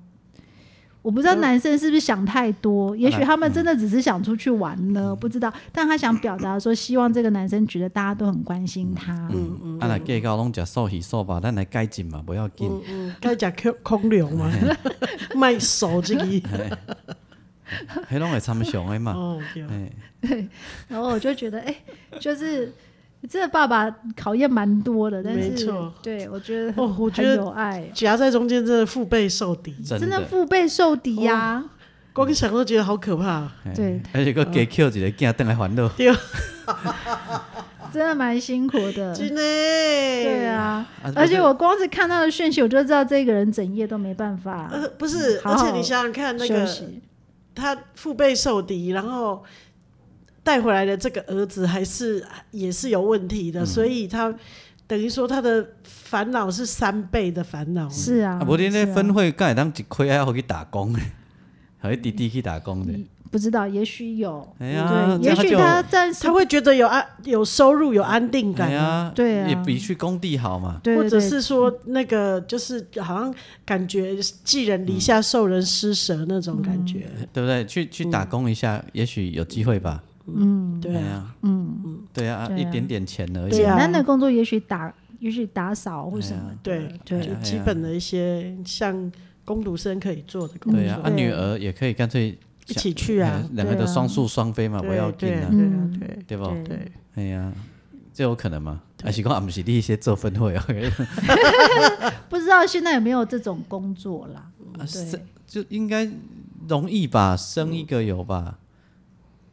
S3: 我不知道
S2: 嗯
S3: 男生是不是想太多，也许他
S1: 嗯
S3: 们真的只是想出去玩呢，不知道。但他想表达说，希望这个男生觉得大家都很关心他。
S1: 嗯，啊，若计较拢食素鱼素肉，咱来改进嘛，不要紧。
S2: 该讲空空流
S3: <laughs>
S2: 嘛，卖手这个
S1: 迄拢会参详的嘛。
S2: <laughs> 哦，对
S1: 哎，
S3: 然后我就觉得，哎、就是这个爸爸考验蛮多的，但
S2: 没
S3: 是
S2: 错
S3: 对我觉得
S2: 哦我觉
S3: 很
S2: 得
S3: 有爱，
S2: 夹在中间真的腹背受敌，
S3: 真
S1: 真
S3: 的
S1: 的。
S3: 腹背受敌呀、
S2: 哦光想都觉得好可怕。
S1: 嘿
S3: 对，
S1: 而且佫加捡一个囝等来烦恼。
S3: 真的蛮辛苦的。
S2: 真的，
S3: 对
S2: 对，
S3: 啊
S1: 啊，
S3: 而且我光是看他的讯息，我就知道这个人整夜都没办法
S2: 呃，不是，
S3: 好
S2: 而
S3: 好
S2: 且你想想看，那
S3: 休
S2: 个
S3: 息。
S2: 他腹背受敌，然后带回来的这个儿子还是也是有问题
S3: 嗯
S2: 的，所以他等于说他的烦恼是三倍的烦恼。
S3: 是啊
S1: 啊，，无你
S3: 是
S1: 咧
S3: 啊
S1: 分会敢会当一开爱互去打工的， <laughs> 互伊弟弟去打工的。
S3: 不知道，也许有，
S1: 哎呀
S3: 对，也许
S1: 这样就
S3: 他暂时
S2: 他会觉得有安有收入有安定
S1: 哎
S2: 感，
S1: 呀，
S3: 对啊
S1: 也比去工地好嘛。
S3: 对，对
S2: 或者
S3: 对
S2: 是说那个就是好像感觉寄人篱下受人施舍那种感
S3: 嗯
S2: 觉，
S1: 对不对？去去打工一下，也许有机会吧。
S2: 对
S1: 哎
S2: 啊，
S1: 呀，嗯，对啊，
S3: 对啊
S1: 一点点钱而
S2: 对
S1: 已
S3: 简
S2: 啊。
S3: 单的工作，也许打，也许打扫或
S1: 哎
S3: 什么的，
S2: 对
S3: 对
S2: 就基本的一些像工读生可以做的工
S1: 对
S2: 作
S1: 啊，，啊，女儿也可以干脆
S2: 嗯一起去啊
S1: 哎，两个
S3: 对
S1: 都
S3: 啊
S1: 双宿双飞嘛，不
S2: 对
S1: 要紧
S2: 对
S1: 啊，
S2: 对啊
S3: 嗯
S2: 对
S1: 对不？
S3: 对
S2: 对，
S1: 哎呀，这有可能吗？还是讲啊，不是你些做分会啊？ <laughs>
S3: 不知道现在有没有这种工作啦？
S1: 啊
S3: 对，
S1: 就应该容易吧，生一个有吧？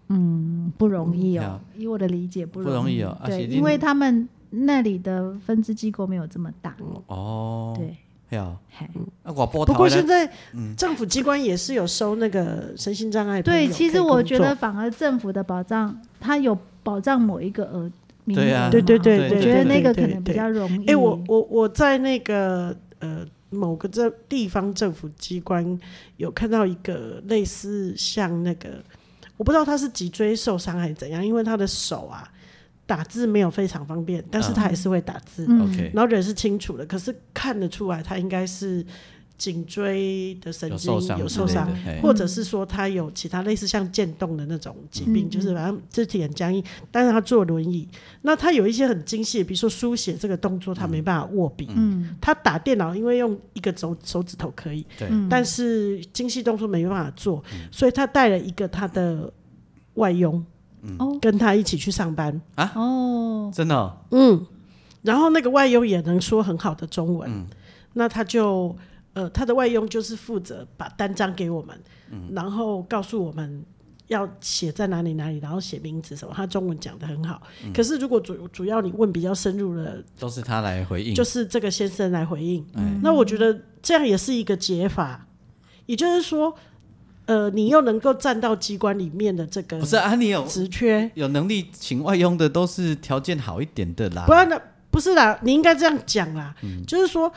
S3: 嗯，不容易
S1: 对
S3: 哦
S1: 啊，
S3: 以我的理解不
S1: 不容易哦而
S3: 对，
S1: 且
S2: 嗯
S3: 因为他们那里的分支机构没有这么大，
S1: 哦，
S3: 对，
S1: 哎票，
S3: 嘿，
S1: 啊，我
S2: 不
S1: 波头
S2: 过
S1: 的嗯
S2: 现在政府机关也是有收那个身心障碍朋友
S3: 对，其
S2: 可以
S3: 实我
S2: 工
S3: 觉
S2: 作
S3: 得反而政府的保障，它有保障某一个额名额
S1: 对啊
S3: 嘛
S2: 对对对
S1: 对
S3: 我觉得
S1: 对
S3: 那个
S2: 对
S3: 可能比
S2: 对
S3: 较容易。
S2: 哎、我
S1: 嗯
S2: 我我在那个呃某个这地方政府机关有看到一个类似像那个，我不知道他是脊椎受伤还是怎样，因为他的手啊打字没有非常方便，但是他还是会打字，
S3: 嗯
S1: OK
S2: 然后人是清楚的，可是看得出来他应该是颈椎的神
S1: 有
S2: 经
S1: 受伤
S2: 有
S1: 之
S2: 受
S1: 类
S2: 伤
S1: 的，，嘿
S2: 或者是说他有其他类似像渐冻的那种疾病，
S3: 嗯
S2: 就是反正肢体很僵硬，但是他坐轮椅，那他有一些很精细，比如说书写这个动作，他没办法握笔。
S3: 嗯
S2: 他打电脑，因为用一个手手指头可以，
S1: 对
S3: 嗯，
S2: 但是精细动作没办法做，所以他带了一个他的外佣
S3: 哦
S2: 跟他一起去上班。
S3: 哦，
S1: 真的哦
S2: 嗯，然后那个外佣也能说很好的中文，
S1: 嗯
S2: 那他就呃，他的外佣就是负责把单张给我们，
S1: 嗯
S2: 然后告诉我们要写在哪里哪里，然后写名字什么，他中文讲的很好。
S1: 嗯
S2: 可是如果主主要你问比较深入的，
S1: 都是他来回应，
S2: 就是这个先生来回应，
S1: 嗯哎
S2: 那我觉得这样也是一个解法，也就是说。呃，你又能够站到机关里面的这个
S1: 不是啊？你有
S2: 职缺，
S1: 有能力请外佣的都是条件好一点的啦
S2: 不，然呢？不是啦，你应该这样讲啦，
S1: 嗯
S2: 就是说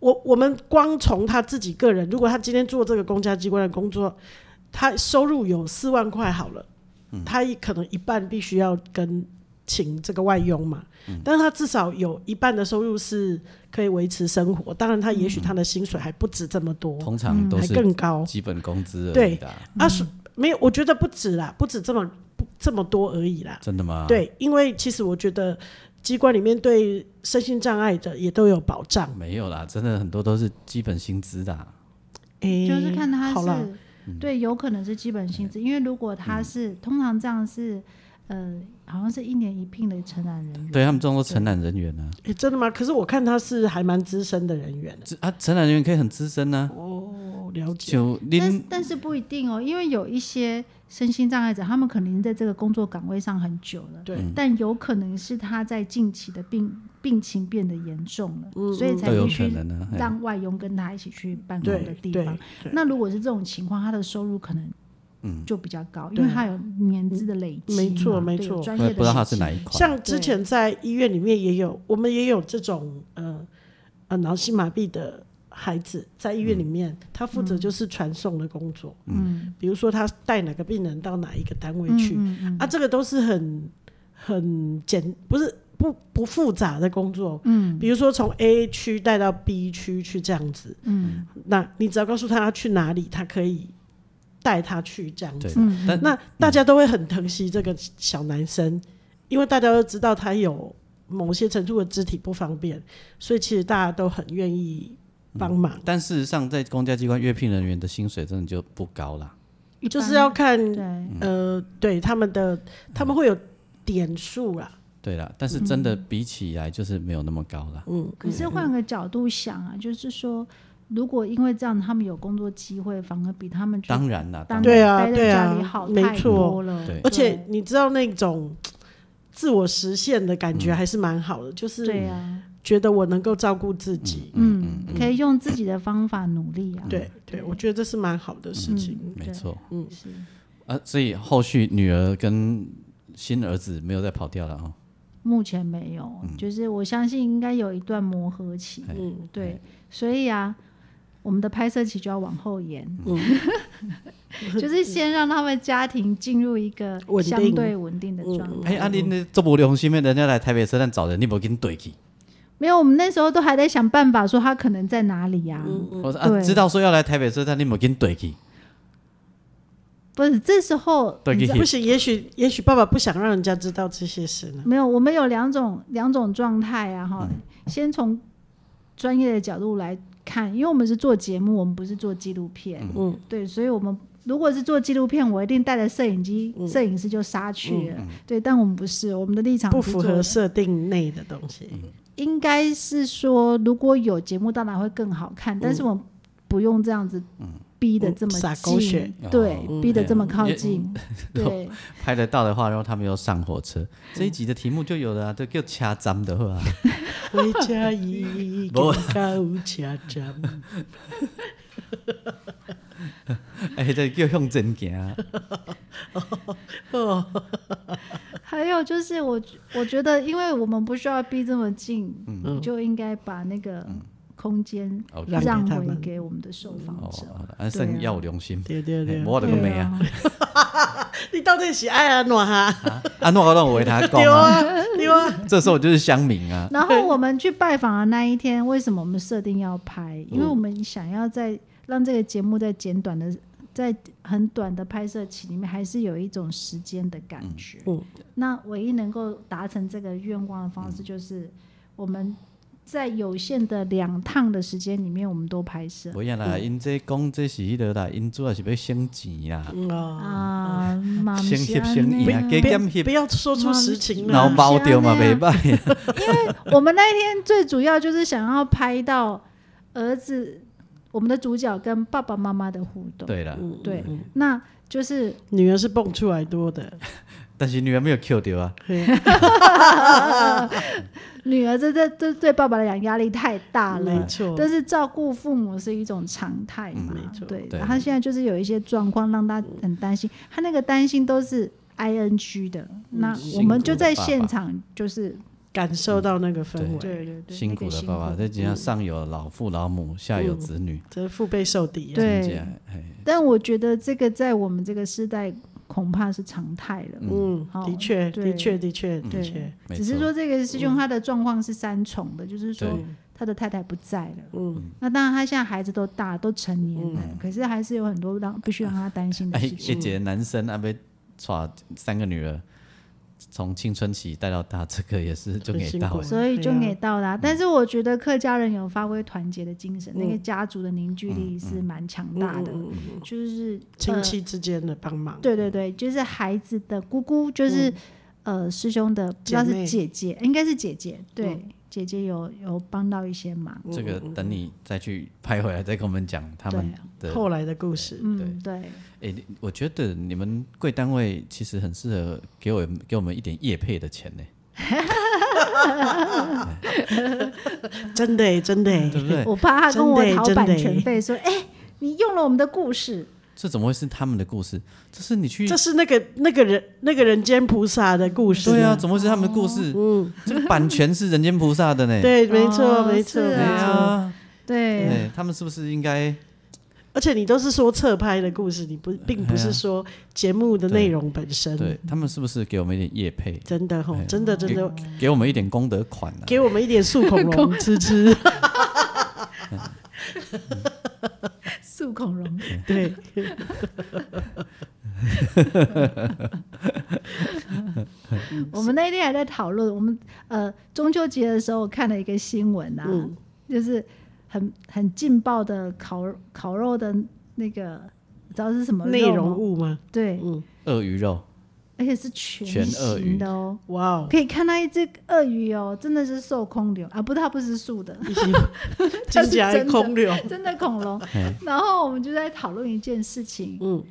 S2: 我我们光从他自己个人，如果他今天做这个公家机关的工作，他收入有四万块好了，
S1: 嗯
S2: 他可能一半必须要跟请这个外佣嘛，
S1: 嗯
S2: 但是他至少有一半的收入是可以维持生活，当然他也许他的薪水还不止这么多，
S1: 通常都
S2: 嗯还
S1: 是
S2: 更高，
S1: 基本工资而已的啊，
S2: 啊，是没有，我觉得不止啦，不止这么不这么多而已啦，
S1: 真的吗？，
S2: 对，因为其实我觉得机关里面对身心障碍的也都有保障，
S1: 没有啦，真的很多都是基本薪资的啊，
S2: 诶
S3: 就是看他
S2: 好了，
S3: 是，
S1: 嗯
S3: 对，有可能是基本薪资，因为如果他是通常这样是，呃，好像是一年一聘的承揽人
S2: 嗯
S3: 员，
S1: 对他啊们这种都承揽人啊员呢，
S2: 诶真的吗？可是我看他是还蛮资深的人员
S1: 这啊，承揽人员可以很资深呢，
S2: 哦，了解，
S1: 就
S3: 但是
S1: 拎
S3: 但是不一定哦，因为有一些身心障碍者，他们可能在这个工作岗位上很久了，
S2: 对
S1: 嗯
S3: 但有可能是他在近期的病病情变得严重了，
S2: 嗯
S3: 所以才
S1: 都有
S3: 必
S1: 可
S3: 须
S1: 能呢，嘿
S3: 让外佣跟他一起去办公的
S2: 对
S3: 地
S2: 嗯对
S3: 方。
S2: 对
S3: 那如果是这种情况，他的收入可能就比较高，因
S2: 对
S3: 为他有年资的累积嘛，
S2: 没错
S3: 对
S2: 没
S3: 有
S2: 错
S3: 专
S1: 不
S3: 业的
S1: 不知道他
S3: 实
S1: 是
S3: 习
S1: 哪一款，
S2: 像之前在医院里面也有，我们也有这种呃呃脑性麻痹的孩子在医院里面，他负责就是传送的工作，嗯，比如说他带哪个病人到哪一个单位去，啊，这个都是很很简，不是不不复杂的工作，嗯，比如说从 A 区带到 B 区去这样子，嗯，那你只要告诉他要去哪里，他可以带他去这样子
S1: 对，，
S3: 嗯
S1: 但
S2: 那大家都会很疼惜这个小男生，因为大家都知道他有某些程度的肢体不方便，所以其实大家都很愿意帮忙，
S3: 嗯
S1: 但事实上，在公家机关约聘人员的薪水真的就不高啦。
S3: 一
S2: 就是
S3: 般
S2: 要看
S3: 对。
S2: 呃，对他们的他们会有点数啦，
S1: 对啦，但是真的比起来就是没有那么高啦。
S2: 嗯，
S3: 可是换个角度想啊，就是说，如果因为这样他们有工作机会，反而比他们去
S1: 当然啦，
S3: 当
S1: 然
S2: 对啊
S3: 待在
S2: 对
S3: 家
S2: 啊
S3: 里好
S2: 没
S3: 太
S2: 错
S3: 多了。
S1: 对
S2: 而且你知道那种。自我实现的感
S3: 嗯
S2: 觉还是蛮好的，就是
S3: 对啊，
S2: 觉得我能够照顾自己。
S3: 嗯，可以用自己的方法努力啊。
S2: 对对，我觉得这是蛮好的事情。
S3: 嗯，
S1: 没
S3: 对，
S1: 错。
S3: 是
S1: 啊，所以后续女儿跟新儿子没有再跑掉了哦。
S3: 目前没有，就是我相信应该有一段磨合期。
S2: 嗯，
S3: 对，所以啊，我们的拍摄期就要往后延，
S2: 嗯
S3: <laughs> 就是先让他们家庭进入一个
S2: 稳定嗯
S3: 相对稳定的状态。
S1: 哎，阿林，你这么良心的，人家来台北车站找人，你不给你怼去？
S3: 没有，我们那时候都还在想办法，说他可能在哪里呀、
S2: 嗯
S1: 我说啊，
S3: 对
S1: 知道说要来台北车站，你不给你怼去？
S3: 不是，这时候
S1: 怼
S2: 你
S1: 去
S2: 知道不行，也许也许爸爸不想让人家知道这些事呢。
S3: 没有，我们有两种两种状态啊，
S2: 嗯
S3: 哈、先从专业的角度来看，因为我们是做节目，我们不是做纪录片，
S2: 嗯，
S3: 对，所以我们如果是做纪录片，我一定带着摄影机、
S2: 嗯
S3: 摄影师就杀去了，对，但我们不是，我们的立嗯场
S2: 不
S3: 是
S2: 符
S3: 做
S2: 合设定内的东西。
S3: 应该是说，如果有节目，当然会更好看，但是我们不用这样子逼得这
S2: 嗯哦
S3: 么近，
S2: 撒狗血嗯
S3: 对，逼得这么靠
S2: <laughs>
S1: 也
S2: 哦
S3: 近，对，
S1: 拍得到的话，然后他们又上火车，这一集的题目就有了啊，这叫掐脏的话，
S2: <laughs> 回家一
S3: <laughs>
S1: 没
S2: 个高家长，
S1: 哎，这叫向前行啊，
S3: 还有就是我，我觉得，因为我们不需要逼这么近，
S1: 嗯
S3: 你就应该把那个空间
S1: OK
S2: 嗯让给
S3: 让
S2: 他
S3: 回
S2: 们
S3: 给我们的受访
S1: 哦
S3: 者。，
S1: 啊，算要有良心，
S2: 对对
S1: 嘿
S3: 哎
S2: 对，
S1: 我的个妹啊，
S2: <laughs> 你到底是爱安怎
S3: <laughs>
S2: 哈？
S1: 啊，诺高让我为他讲
S2: 对
S1: 啊，
S2: 啊，对啊，
S1: 这时候我就是乡民啊，
S3: 然后我们去拜访的那一天，为什么我们设定要拍？
S1: 嗯
S3: 因为我们想要在让这个节目在简短的、在很短的拍摄期里面，还是有一种时间的感觉。
S2: 嗯
S3: 那唯一能够达成这个愿望的方
S1: 嗯
S3: 式，就是我们在有限的两趟的时间里面，我们都拍摄。
S1: 不要啦，因这讲这是迄落啦，因主要是要省钱啦，
S2: 嗯哦
S3: 啊，嘛不
S1: 先
S3: 是
S1: 翕
S3: 安
S1: 先
S3: 尼
S1: 赢
S3: 啊
S1: 啊加减
S2: 不
S1: 翕，
S2: 要说出实情
S1: 脑
S2: 来。
S1: 包掉嘛，袂歹啊，
S3: 我们那一天最主要就是想要拍到儿子，我们的主角跟爸爸妈妈的互动。
S1: <laughs> 对嗯啦，
S3: 对那 <laughs> 就是
S2: 女儿是蹦出来多的，
S1: 但是女儿没有 Q 掉啊，
S3: <laughs>
S2: 嘿
S3: 女儿这这这对爸爸来讲压力太大
S2: 没
S3: 了。
S2: 错，
S3: 但是照顾父母是一种常态嘛，
S2: 嗯没错
S3: 对。
S1: 对
S3: 他现在就是有一些状况让他很担心，他那个担心都是 I N G 的。那
S1: 嗯
S3: 我们就在现场，就是
S2: 感受到那个氛围，
S3: 对对对，
S1: 辛苦
S3: 那个
S1: 了爸爸，
S3: 辛苦
S1: 再加上上有老父老母，下有子女，
S2: 这是腹背受敌啊。
S3: 对
S1: 真的哎
S3: 但我觉得这个在我们这个时代恐怕是常态了。
S2: 嗯，
S3: 哦
S2: 的确，
S3: 对嗯
S2: 的确，的确，的嗯确嗯
S3: 对，，
S1: 没
S3: 只是
S1: 错
S3: 说这个师兄他的状况是三重的，就是说
S1: 对
S3: 他的太太不在了。嗯，那当然他现在孩子都大都成年了，可是还是有很多让必须让他担心的
S1: 嗯哎，
S3: 事
S1: 一
S3: 情。
S1: 节男生啊，被抓三个女儿，从青春期带到大，这个也是就
S2: 很
S1: 给
S2: 辛
S1: 到
S2: 苦
S1: 了。
S3: 所以就
S2: 对啊
S3: 给到
S1: 嗯
S3: 啦、但是我觉得客家人有发挥团结的精神，那
S2: 嗯
S3: 个家族的凝聚
S1: 嗯
S3: 力是蛮强大的，就是
S2: 亲
S3: 呃
S2: 戚之间的帮忙，
S3: 对对对，就是孩子的姑姑，就是、呃师兄的，不知道
S2: 嗯姐
S3: 是
S2: 妹嗯
S3: 姐姐，应该是姐姐，对，姐姐有有帮到一些忙，
S1: 这个等你再去拍回来，再跟我们讲他们的。
S2: 后来的故事，
S3: 啊嗯，对，
S1: 哎、你我觉得你们贵单位其实很适合给我给我们一点业配的钱呢、
S2: 真的耶，真的耶，
S1: 对不对？
S3: 我怕他跟我
S2: 真的
S3: 讨
S2: 真的
S3: 版权费，说哎、你用了我们的故事，
S1: 这怎么会是他们的故事？这是你去
S2: 这是那个那个人那个人间菩萨的故事，
S1: 对啊，，怎么会是他们的故事？嗯，这个版权是人间菩萨的呢。
S2: 对，没错，
S3: 哦
S2: 没错，
S3: 是
S1: 对
S2: 没错。
S1: 啊，
S3: 对，
S1: 对，他们是不是应该
S2: 而且你都是说侧拍的故事，你不并不是说节目的内容本身，
S3: 嗯
S1: 对他们是不是给我们一点业配，
S2: 真的吼，真的真的，
S1: 给我们一点功德款啊？
S2: 给我们一点素
S1: <laughs>
S2: 恐龙吃吃，
S3: 素孔融，
S2: 对，
S1: 嗯
S3: 我们那一天还在讨论，我们呃中秋节的时候我看了一个新闻啊，
S2: 嗯
S3: 就是很很劲爆的烤烤肉的那个，你知道是什么
S2: 内
S3: 肉
S2: 容
S3: 吗
S2: 物嗯吗？
S3: 对，
S1: 鳄鱼肉，
S3: 而且是全
S1: 全鳄鱼
S3: 形的哦。
S2: 哇哦，
S3: <laughs> 可以看到一只鳄鱼哦，真的是受空流啊，不，它不是素的， <laughs>
S2: 一起真假的空流，
S3: 真的恐龙。
S1: 嗯
S3: 然后我们就在讨论一件事情，
S2: 嗯，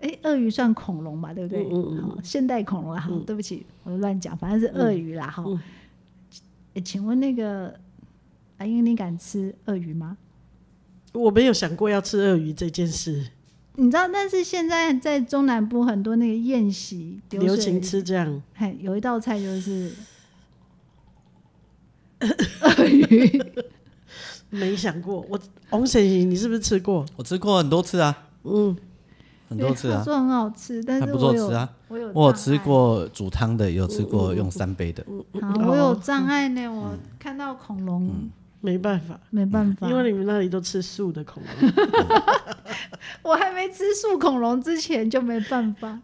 S3: 哎，鳄鱼算恐龙吧，对不对？
S2: 嗯
S3: 好现代恐龙啦，好，
S1: 嗯
S3: 对不起，我乱讲，反正是鳄鱼啦，哈、诶请问那个阿英，你敢吃鳄鱼吗？
S2: 我没有想过要吃鳄鱼这件事，
S3: 你知道，但是现在在中南部很多那个宴席流水
S2: 流行，吃这样，
S3: 嘿，有一道菜就是鳄鱼。
S2: 没想过。我洪神行，你是不是吃过？
S1: 我吃过很多次啊，
S2: 嗯，
S1: 很多次
S3: 他 <laughs>
S1: 啊，
S3: 说很好吃，但
S1: 还
S3: 是
S1: 不
S3: 我
S1: 错
S3: 有
S1: 吃啊。
S3: 我有
S1: 我有
S3: 障
S1: 吃
S3: 碍
S1: 过煮汤的，也有吃过用三杯的。
S2: 嗯
S3: 啊，我
S2: 哦
S3: 有障碍呢，我看到恐龙
S2: 没办法，
S3: 没办
S2: 嗯
S3: 法，
S2: 因为你们那里都吃素的恐龙，
S3: 我还没吃素恐龙之前就没办
S2: <laughs>
S3: 法，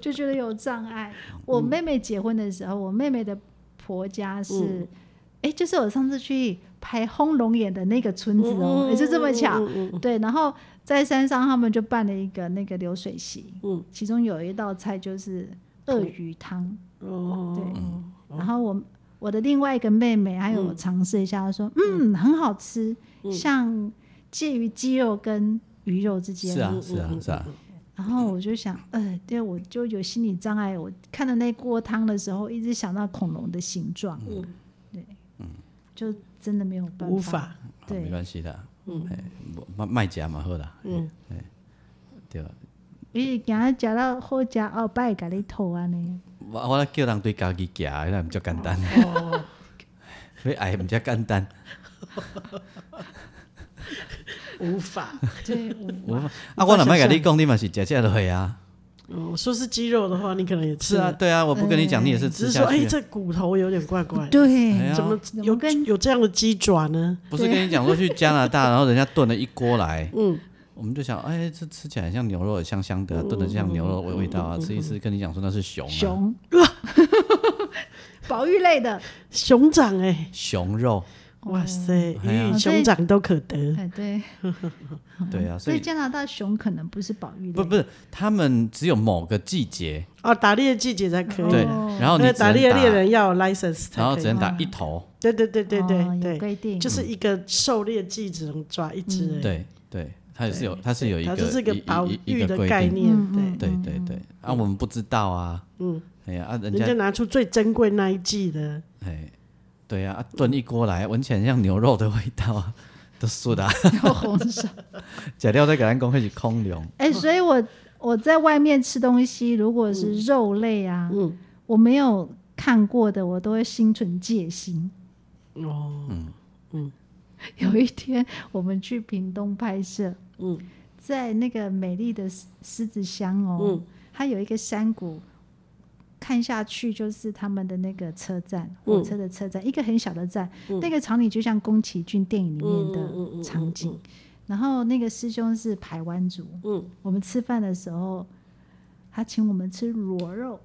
S3: 就觉得有障碍。
S2: 嗯
S3: 我妹妹结婚的时候，我妹妹的婆家
S2: 嗯
S3: 是，哎，就是我上次去拍《轰龙眼》的那个村
S2: 嗯
S3: 子哦，也就这么巧，对。然后在山上，他们就办了一个那个流水席，
S2: 嗯
S3: 其中有一道菜就是鳄鱼汤，哦，对。然后我我的另外一个妹妹，还有尝试一下，她说，嗯，很好吃，像介于鸡肉跟鱼肉之间
S1: 是啊，是啊，是啊，
S3: 然后我就想，呃，对，我就有心理障碍。我看到那锅汤的时候，一直想到恐龙的形状，对，就真的没有办
S2: 无法，
S1: 好
S3: 对
S1: 没关系的，嗯，卖卖家嘛，好啦，嗯，对吧？
S3: 因为给他夹到后夹后摆给你头啊呢，
S1: 我我咧叫人对家己夹，那毋较简单， <laughs> 要爱毋较简单，
S2: 无法。
S3: 对，我
S1: 我啊，我若卖甲你讲，你嘛是食食落去啊，
S2: 嗯，说是鸡肉的话，你可能也吃
S1: 是啊，，对啊，我不跟你讲，你也是
S2: 只
S1: 吃
S2: 是说，
S1: 下
S2: 哎、
S1: 去啊。
S2: 这骨头有点怪怪，
S1: 哎
S3: 对，
S1: 呀
S2: 怎么
S3: 怎么
S2: 有
S3: 跟
S2: 有这样的鸡爪呢？
S1: 不是跟你讲说去加拿大，然后人家炖了一锅来，嗯，我们就想，哎，这吃起来像牛肉，香香的，炖的像牛肉味味道啊，吃一吃，跟你讲说那是熊啊，
S3: 熊， <laughs> 保育类的，
S2: 熊掌哎、
S1: 熊肉，
S2: 哇塞，
S1: 哎呀
S2: 鱼熊掌都可得，
S3: 哎，对，
S1: 对啊，所
S3: 所以
S1: 以
S3: 加拿大熊可能不是保育类，
S1: 不不是，他们只有某个季节，
S2: 哦，打猎季节才可以，
S1: 对，然后你
S2: 哦那
S1: 只能
S2: 打猎猎
S1: 打，
S2: 人要有 license 才
S1: 然后
S2: 可
S1: 只
S2: 以，
S1: 能打一头，
S2: 对对对对对、
S3: 哦有
S2: 对，
S3: 规定，
S2: 就是一个狩猎季只能抓一只、而已。
S1: 对对，它也是有，它是有一
S2: 它
S1: 个，
S2: 就是一个
S1: 一
S2: 保
S1: 一一
S2: 育
S1: 个
S2: 的
S1: 规
S2: 概
S1: 定，
S2: 念，
S3: 嗯
S1: 对对对，啊，我们不知道啊，嗯，哎呀，啊，人
S2: 对，人
S1: 家
S2: 家拿出最珍贵那一季的，
S1: 哎，对呀，啊炖一锅来，闻起来像牛肉的味道啊，都素
S2: <laughs>
S1: 的啊。
S3: 有红
S1: <laughs>
S3: 烧。
S1: 假料在给咱讲，迄是恐龙，
S3: 哎、所以我我在外面吃东西，如果是肉类啊，我没有看过的，我都会心存戒心。哦，嗯嗯，有一天我们去屏东拍摄，嗯，在那个美丽的狮狮子乡哦，它有一个山谷。看下去就是他们的那个车站，火车的车站，一个很小的站，那个场景就像宫崎骏电影里面的场景。然后那个师兄是台湾族，嗯，我们吃饭的时候，他请我们吃螺肉，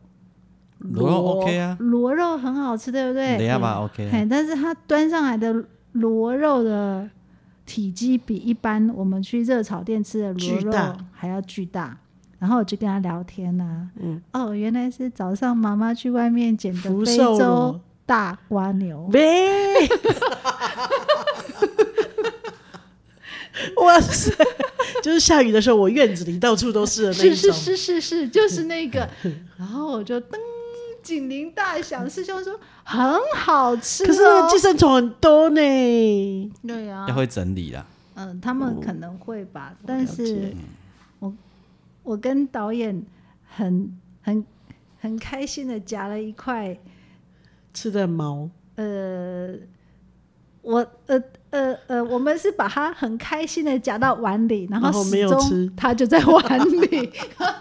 S1: 螺肉 OK 啊，
S3: 螺肉很好吃，对不对？
S1: 等一下
S2: 嗯
S1: 吧 OK 啊。
S3: 哎，但是他端上来的螺肉的体积比一般我们去热炒店吃的螺
S2: 巨
S3: 肉
S2: 大
S3: 还要巨大。然后我就跟他聊天呐、嗯，哦，原来是早上妈妈去外面捡的
S2: 福
S3: 非
S2: 寿
S3: 洲
S2: 螺
S3: 大瓜牛，
S2: 喂，哇塞！就是下雨的时候，我院子里到处都是的那一
S3: 是
S2: 种。
S3: 是是是是，就是那个。然后我就噔，警铃大响，师兄说很好吃、哦。
S2: 可是那个寄生虫很多呢。
S3: 对啊
S1: 要，会整理啦。
S3: 嗯，他们可能会吧，但
S1: 嗯
S3: 是我我跟导演很很很开心的夹了一块，
S2: 吃的毛，
S3: 呃，我呃。呃呃，我们是把它很开心的夹到碗里，然
S2: 然
S3: 后
S2: 后
S3: 始
S2: 没有吃
S3: 终它就在碗里。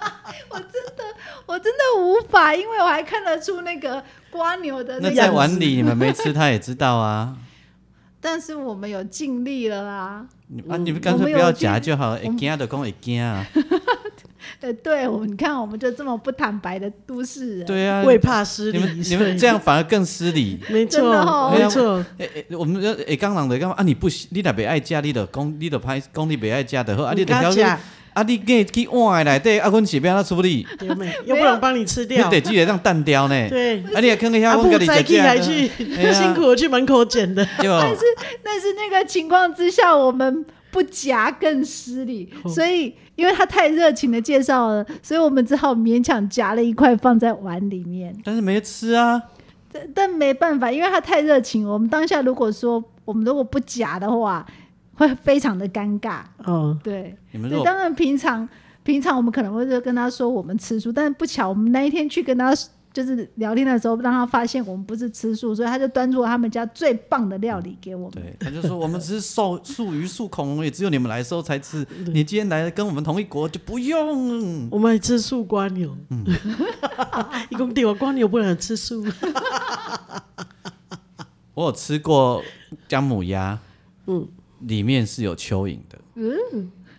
S3: <laughs> 我真的我真的无法，因为我还看得出那个瓜牛的
S1: 那
S3: 个
S1: 在碗里你们没吃，他也知道啊。
S3: 但是我们有尽力了啦。
S1: 你啊，
S2: 嗯
S1: 你们干脆不要夹就好，会惊就讲会惊
S2: <laughs>
S1: 啊。
S3: 呃，对，我们你看，我们就这么不坦白的都市人，
S1: 对啊，
S2: 未怕失
S1: 你们
S2: 礼，
S1: 你
S2: 所以
S1: 们这样反而更
S2: <laughs>
S1: 失礼。
S2: 没
S3: 真的
S2: 错
S3: 哦
S2: 没错，
S1: 诶诶，我们诶刚人的干嘛啊？你不喜你若不爱夹，你就讲你就拍讲你不爱夹的好啊，你
S2: 你
S1: 就
S2: 刚
S1: 挑
S2: 讲
S1: 啊，你给去碗的内底啊，阮是要安怎么处理？
S2: 有没有？又不能帮你吃
S1: 你得
S2: 掉，
S1: 自己当蛋雕呢。
S2: 对。
S1: 啊，你也坑一下
S2: 阿
S1: 我
S2: 布
S1: 跟你
S2: 再
S1: 讲
S2: 去还去，
S1: 哎
S2: <laughs>
S1: 呀
S2: 辛苦我去门口捡的，
S1: 就
S3: 但是那个情况之下，我们不夹更失礼，所以因为他太热情的介绍了，所以我们只好勉强夹了一块放在碗里面。
S1: 但是没吃啊。
S3: 但但没办法，因为他太热情，我们当下如果说我们如果不夹的话，会非常的尴尬。
S2: 哦，
S3: 对，
S1: 你们
S3: 对，
S1: 说
S3: 当然平常平常我们可能会就跟他说我们吃素，但是不巧我们那一天去跟他就是聊天的时候，让他发现我们不是吃素，所以他就端出了他们家最棒的料理给我们。
S1: 对，他就说我们只是受素鱼素恐龙，也只有你们来的时候才吃。你今天来跟我们同一国就不用。
S2: 我们还吃素瓜牛，
S1: 嗯
S2: <laughs> 一共对我瓜牛不能吃素，
S1: 我有吃过姜母鸭，嗯，里面是有蚯蚓的。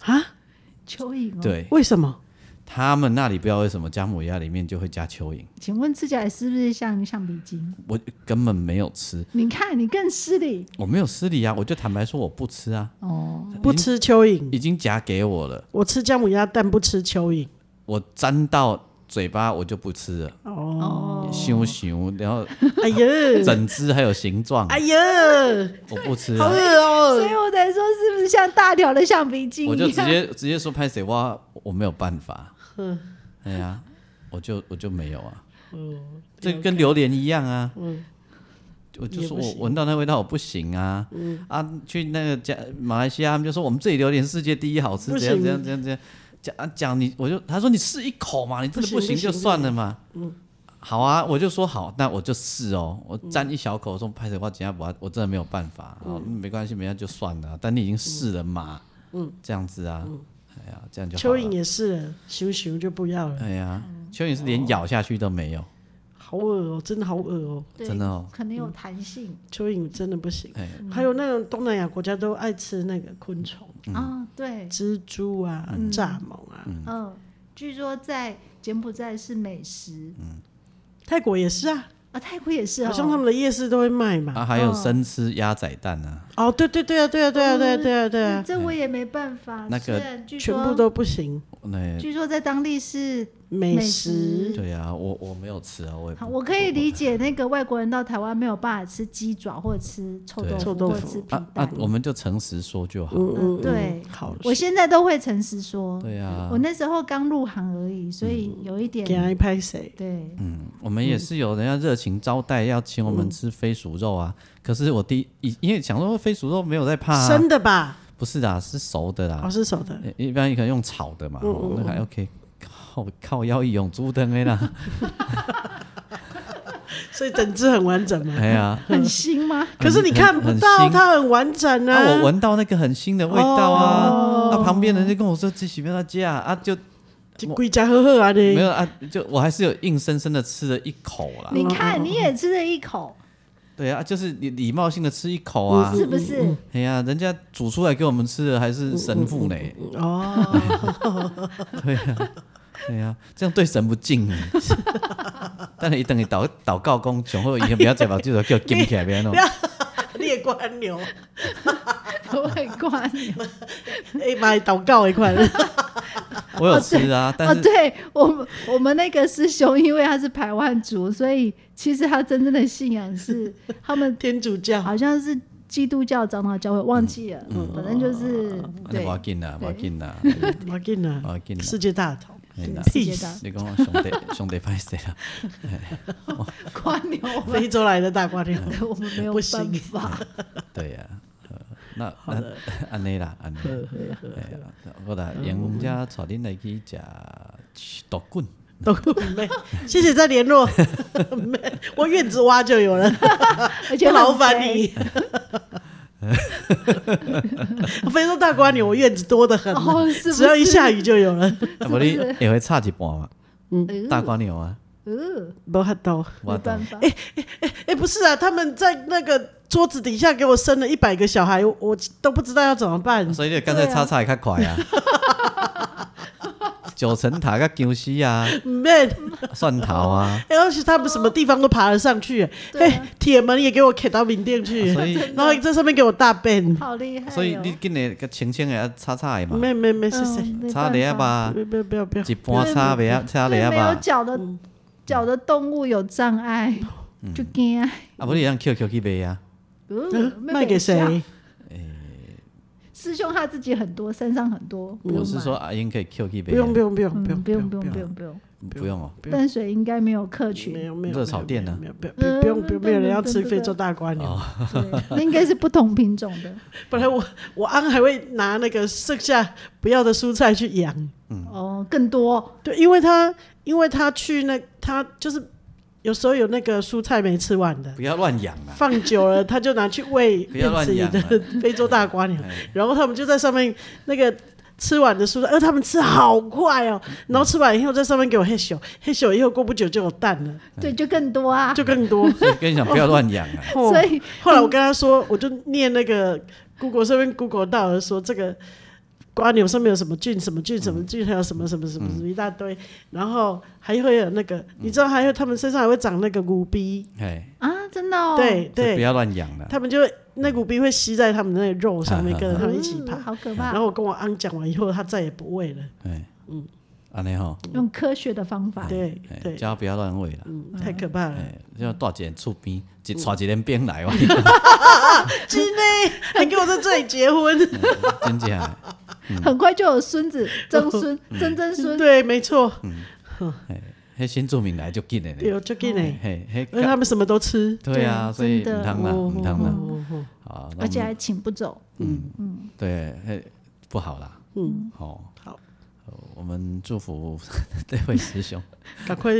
S1: 哎
S2: 啊？
S3: 蚯蚓哦，
S1: 对，
S2: 为什么？
S1: 他们那里不知道为什么姜母鸭里面就会加蚯蚓，
S3: 请问吃起来是不是像橡皮筋？
S1: 我根本没有吃，
S3: 你看你更失礼
S1: 我没有失礼啊，我就坦白说我不吃啊，
S3: 哦，
S2: 不吃蚯蚓，
S1: 已经夹给我了，
S3: <laughs>
S2: 我吃姜母鸭，但不吃蚯蚓。
S1: 我沾到嘴巴我就不吃了，
S3: 哦，
S1: 熊熊，
S2: <laughs>
S1: 然后
S2: 哎呀，
S1: 整只还有形状，
S2: 哎呀，
S1: 我不吃啊
S2: 好
S1: 了，
S2: 恶
S3: 所
S2: 哦、
S3: 以我才说是不是像大条的橡皮筋一样？
S1: 我就直接直接说拍谁哇，我没有办
S2: <laughs>
S1: 法，哎呀，我就我就没有啊，
S2: 嗯
S1: 这跟榴莲一样啊，我就
S2: 也
S1: 说
S2: 不
S1: 我
S2: 行嗯
S1: 闻到那味道我不行啊，啊，去那个加马来西亚，他们就说我们这里榴莲世界第一好吃，
S2: 不
S1: 怎样
S2: 行
S1: 怎样怎样怎样，讲啊讲你，我就他说你试一口嘛，你真的
S2: 不行不
S1: 就
S2: 行
S1: 算了嘛，好啊，我就说好，那我就试哦，我沾一小口，说拍手话怎样不，我真的没有办法，好，
S2: 嗯
S1: 没关系，没关系就算了，但你已经试了嘛，嗯，这样子啊，哎呀，这样就好
S2: 蚯蚓
S1: 了，
S2: 也是了，熊熊就不要了，
S1: 哎呀，
S2: 嗯
S1: 蚯蚓是连咬下去都没有，
S2: 好恶哦、真的好恶哦、
S3: 对
S1: 真的哦，
S3: 可能有弹性
S2: 蚯蚓真的不行。
S1: 哎，
S2: 还有那种东南亚国家都爱吃那个昆虫，
S1: 嗯
S3: 啊，对，
S2: 蜘蛛啊、蚱蜢啊，
S3: 嗯，据说在柬埔寨是美食
S1: 嗯
S2: 泰国也是啊，
S3: 啊，泰国也是哦，
S2: 好像他们的夜市都会卖嘛。
S1: 啊，还有
S3: 哦
S1: 生吃鸭仔蛋啊。
S2: 哦，对对对啊，对啊，对啊，对啊，对啊，对啊，
S3: 这我也没办法。
S1: 那个
S3: 虽然据
S2: 全部
S3: 说，
S2: 都不行。
S1: 那
S3: 据说在当地是，
S2: 美
S3: 美
S2: 食
S3: 食
S1: 对啊，我我没有吃啊，我也不
S3: 我可以理解那个外国人到台湾没有办法吃鸡爪或者吃臭
S1: 对
S3: 豆
S2: 臭
S3: 腐
S2: 豆
S3: 或者
S2: 腐
S3: 吃皮
S1: 啊啊
S3: 蛋，。
S1: 我们就诚实说就好。
S2: 嗯嗯，
S3: 对
S2: 嗯好，
S3: 我现在都会诚实说，
S1: 对啊
S3: 我，
S2: 嗯
S3: 那时候刚入行而已，所以有一
S2: 给
S3: 点
S2: 他拍谁？
S3: 对，
S1: 我们也是有人家热情招待，要请我
S2: 嗯
S1: 们吃飞鼠肉啊。可是我第一，因为想说飞鼠肉没有在怕啊，
S2: 生的吧，
S1: 不是的，啊是熟的啦
S2: 哦，。嗯是熟的，
S1: 欸一般可能用炒的嘛，哦那还 OK。靠靠腰一用猪灯
S2: <laughs>
S1: 的啦，
S2: 所以整只很完整嘛。
S1: 哎呀，
S3: 很新吗？
S2: 可是你看不
S1: 很
S2: 到
S1: 新
S2: 它很完整
S1: 啊，我
S2: 啊，
S1: 闻到那个很腥的味道啊，
S2: 哦
S1: 那旁边人就跟我说这喜欢他家啊，啊就
S2: 就归家呵呵啊你
S1: 没有啊，就我还是有硬生生的吃了一口啦。
S3: 你
S2: 嗯
S3: 看你也吃了一口，
S1: 对啊，就是礼礼貌性的吃一口啊。
S3: 是不
S2: 嗯
S3: 是？
S1: 哎呀，人家煮出来给我们吃的还是神父呢。
S3: 嗯
S2: 哦，
S1: <laughs> 对呀，对呀，这样对神不敬哎。但是一等你祷祷告公，上好以后不要再把这个叫禁起来，不要
S3: <laughs>
S1: 弄
S2: 不。要列官牛，
S3: 我很怪
S1: <laughs>
S3: 你。哦
S2: 哎妈，祷告一块，
S1: 我有吃啊，
S3: 哦
S1: 但，是
S3: 对我们我们那个师兄，因为他是排湾族，所以其实他真正的信仰是他们
S2: 天主教
S3: 好像是基督教长老教会，忘记
S1: 嗯
S3: 了，反正就是、
S1: 你
S3: 对
S1: 不哦啊要紧啦，不要紧啦，
S2: 马进
S1: 不
S2: 啊，
S1: 要紧啦。
S2: 世界大同
S1: 哎呀
S3: 世界
S2: ，peace，
S3: 大
S1: 你讲兄弟兄弟拍谁啦？
S3: 瓜牛，我们
S2: 非洲来的大瓜牛，
S3: 我们没有
S2: 不行
S3: 办
S1: <laughs>
S3: 法，
S1: 对呀、呃那那安尼啦，安尼，哎呀，我啦，
S3: 嗯
S1: 人家带恁来去食豆
S3: <laughs>
S1: 滚，
S2: 都妹，谢谢再联络，妹，我院子挖就有了，
S3: 而且
S2: 不
S3: 很
S2: 劳烦
S3: 肥
S2: 你。。 <laughs> 非洲大瓜牛，我院子多得很，啊
S3: 哦是不是
S2: 只要一下雨就有了， <laughs>
S1: 啊，无你也会差一半嘛，
S3: 呃
S1: <laughs> 大瓜牛啊，
S3: 呃，
S2: 不很多。
S1: 我
S3: 没
S1: 懂
S3: 办，法，
S2: 哎，不是啊，他们在那个桌子底下给我生了一百个小孩，我我都不知道要怎么办。
S1: 所以你干脆
S3: 对啊
S1: 叉叉也较快啊。九层塔甲姜丝啊，
S2: man，
S1: 蒜头
S3: <laughs>
S1: 啊，
S2: 哎而且他们什么地方都爬得上去，
S3: 对啊
S2: 哎，铁门也给我砍到缅甸去，
S1: 啊所以啊
S2: 然后在上面给我大便，
S3: 好厉害、哦，
S1: 所以你紧诶，甲清清诶，叉啊叉的嘛，
S2: 没没没，谢谢，
S3: 嗯没
S1: 叉
S3: 办
S1: 咧
S3: 法
S1: 吧
S2: 不，要不要不要不要
S1: 一，般叉咧啊，叉
S3: 对
S1: 咧
S3: 没有
S1: 吧，
S3: 脚
S2: 嗯
S3: 的脚的动物有障碍，就惊。
S1: 啊，无你让 Q Q 去卖啊，
S3: 呃
S2: 嗯卖给？
S3: 没
S2: 谁？
S3: 师兄他自己很多，身上很多。不用
S1: 我是
S3: 买
S1: 说，阿英可以 Q 去卖啊，
S2: 不用不用不用
S3: 嗯
S2: 不用
S3: 不用不用
S2: 不
S3: 不用不用。
S1: 不用哦，
S2: 不用
S3: 淡水应该没有客
S2: 没
S3: 群，
S2: 有没有
S1: 热炒店啊
S2: 没有没有没有不用不用
S3: 嗯
S2: 没有人要吃非洲大瓜牛。
S1: 哦
S3: 对那应该是不同品种的。
S2: 本来我我安还会拿那个剩下不要的蔬菜去养，
S3: 哦，更多
S2: 对，因为他因为他去那他就是有时候有那个蔬菜没吃完的，
S1: 不要乱养啊。
S2: 放久了他就拿去喂
S1: <laughs> 不要
S2: 变
S1: 乱
S2: 自己
S1: 养
S2: 的 <laughs> 非洲大瓜鸟，
S1: 哎
S2: 然后他们就在上面那个。吃完的蔬菜，呃而他们吃好快哦，然后吃完以后在上面给我黑咻黑咻，以后过不久就有蛋了，
S3: 对，就更多啊。
S2: 嗯
S3: <laughs>
S2: 就更多。！
S1: 所以跟你讲，不要乱养啊
S2: <laughs> 哦
S3: 所以
S2: 后来我跟他说，我就念那个 Google 上面 Google 到了说这个瓜牛上面有什么菌、什么菌、什么菌，还有什么什么什么什么一大堆，然后还会有那个，你知道还有他们身上还会长那个骨逼，
S1: 哎，
S3: 啊，真的哦。
S2: 对
S1: 所以不
S2: 对，
S1: 要乱养了。
S2: 他们就会那骨逼会吸在他们那个肉上面，
S1: 啊啊啊
S2: 跟着
S3: 嗯，
S2: 他们一起爬。
S3: 好可
S2: 然
S3: 怕。
S2: 后我跟我昂讲完以后，他再也不喂了。
S1: 哎，安尼吼，
S3: 用科学的方法，
S2: 对
S1: 哎
S2: 嗯对，
S1: 叫他不要乱喂啦，
S2: 嗯太可怕了。
S1: 哎，要大姐厝边，一带一人
S2: <laughs>
S1: 边来哇，
S2: 之内还跟我在这里结婚，
S1: <laughs> 真正的，嗯
S3: 很快就有孙子、曾孙、
S2: 嗯
S3: 曾曾孙，
S2: 对，没错，
S1: 迄新住民来就紧的
S2: 对呃
S1: 呢，
S2: 哦，就给你，
S1: 嘿，嘿，
S2: 而且他们什么都吃，
S1: 对啊，
S3: 对
S1: 所以唔
S3: 真的
S1: 通啦，
S2: 哦
S1: 唔通啦，
S2: 哦哦
S1: 啊，那
S3: 而且
S1: 我们
S3: 还请不走。
S1: 对，嘿不好啦，
S2: 嗯，
S1: 哦，
S2: 好，
S1: 我们祝福 <laughs> 这位师
S2: <laughs>
S1: 兄，
S2: 赶快，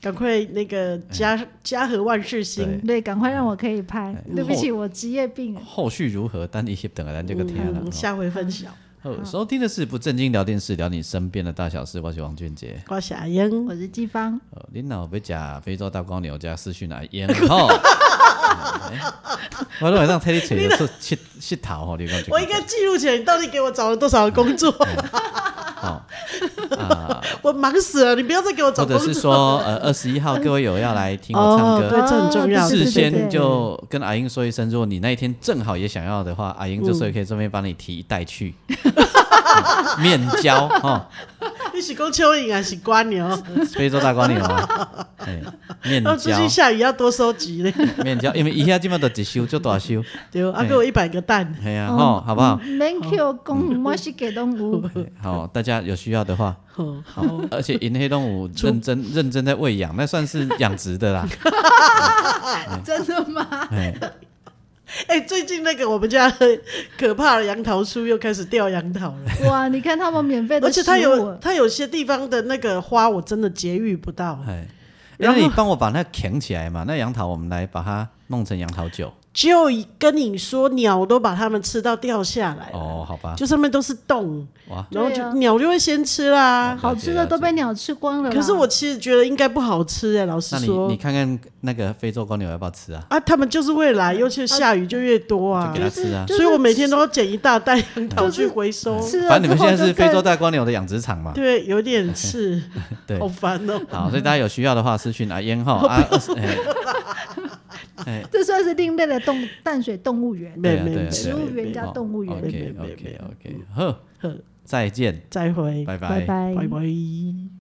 S2: 赶快那个家
S1: 哎
S2: 家和万事兴，
S3: 对，赶快让我可以拍。对不起，我职业病了。
S1: 后续如何，但你等下咱这个听了
S2: 嗯，。下回分享。
S1: 哦，收听的是不正经聊天室，聊你身边的大小事。我是王俊杰。
S2: 我是阿英，
S3: 我是季芳，
S1: 哦，你老要假非洲大公牛加私讯来
S2: <laughs>
S1: 烟吼。我都晚上替你找的是七七头吼，你讲
S2: 我应该记录起来，你到底给我找了多少工
S1: <laughs>
S2: 作？
S1: 哦啊，
S2: <laughs> 我忙死了，你不要再给我找工
S1: 或者
S2: 作哦
S1: 是。说呃二十一
S2: <laughs>
S1: 号各位有要来听我唱
S2: 对，
S1: 歌，
S2: 这很重要。
S3: 哦对对
S1: 事
S3: 对
S1: 先就跟阿英说一声，如果你那一天正好也想要的话，阿英这时候可以顺便帮你提
S2: <laughs>
S1: 带去嗯面交哦，
S2: 你是公蚯蚓还是瓜牛？ <laughs>
S1: 非洲大公牛啊，哎面
S2: 然后最
S1: 交
S2: 近哦下雨要多收集嘞，
S1: 面交，因为一下基本都一收就大收，
S2: 对，啊，给我一百个蛋。
S1: 哎呀
S3: 哦
S1: 吼，好不
S2: 嗯
S1: 好？哦
S3: 免叫讲我是给动
S1: <laughs>
S3: 物，
S1: 嘿好，大家有需要的话，
S2: 哦，
S1: 好， <laughs> 而且银黑动物认真认真在喂养，那算是养殖的啦。
S3: 真的吗？
S1: 哎，
S2: 哎，最近那个我们家 <laughs> 可怕的杨桃树又开始掉杨桃了，
S3: 哇，你看他们免费的
S2: 而
S3: 食
S2: 且
S3: 物，
S2: 它
S1: 啊
S2: 有它有些地方的那个花我真的节育不到，
S1: 哎，哎
S2: 然
S1: 那
S2: 后
S1: 你帮我把那扛起来嘛，那杨桃我们来把它弄成杨桃酒。
S2: 就跟你说鸟都把它们吃到掉下来了，
S1: 哦，好吧，
S2: 就上面都是洞，
S1: 哇，
S2: 然后
S3: 对
S2: 就、
S3: 啊
S2: 鸟就会先吃啦。
S3: 好吃的都被鸟吃光了啦。
S2: 可是我其实觉得应该不好吃哎、老实
S1: 那你
S2: 说
S1: 你看看那个非洲公牛要不要吃啊？
S2: 啊，他们就是会来，尤其是下雨就越多啊
S1: 就给，它吃啊。
S2: 所以我每天都要捡一大袋杨桃
S3: 就
S2: 去
S3: 是
S2: 回收。
S3: 吃啊了
S1: 反正你们
S3: 之后
S1: 现在是
S3: 就更
S1: 非洲大公牛的养殖场嘛，
S2: 对，有点是，
S1: <laughs> 对
S2: 好。烦哦、
S1: 好，所以大家有需要的话，私讯阿烟哈啊，二十哎
S3: 这算是另类的动淡水动物园，
S2: 没
S1: 对啊
S2: 没
S1: 对啊
S2: 没，
S3: 植
S1: 对啊
S3: 物园加
S1: 哦
S3: 动物园。
S2: 没
S1: ，OK
S2: 没没
S1: OK OK，呵，
S2: 呵
S1: 再见，
S2: 再会，
S1: 拜拜
S3: 拜。
S2: 拜拜。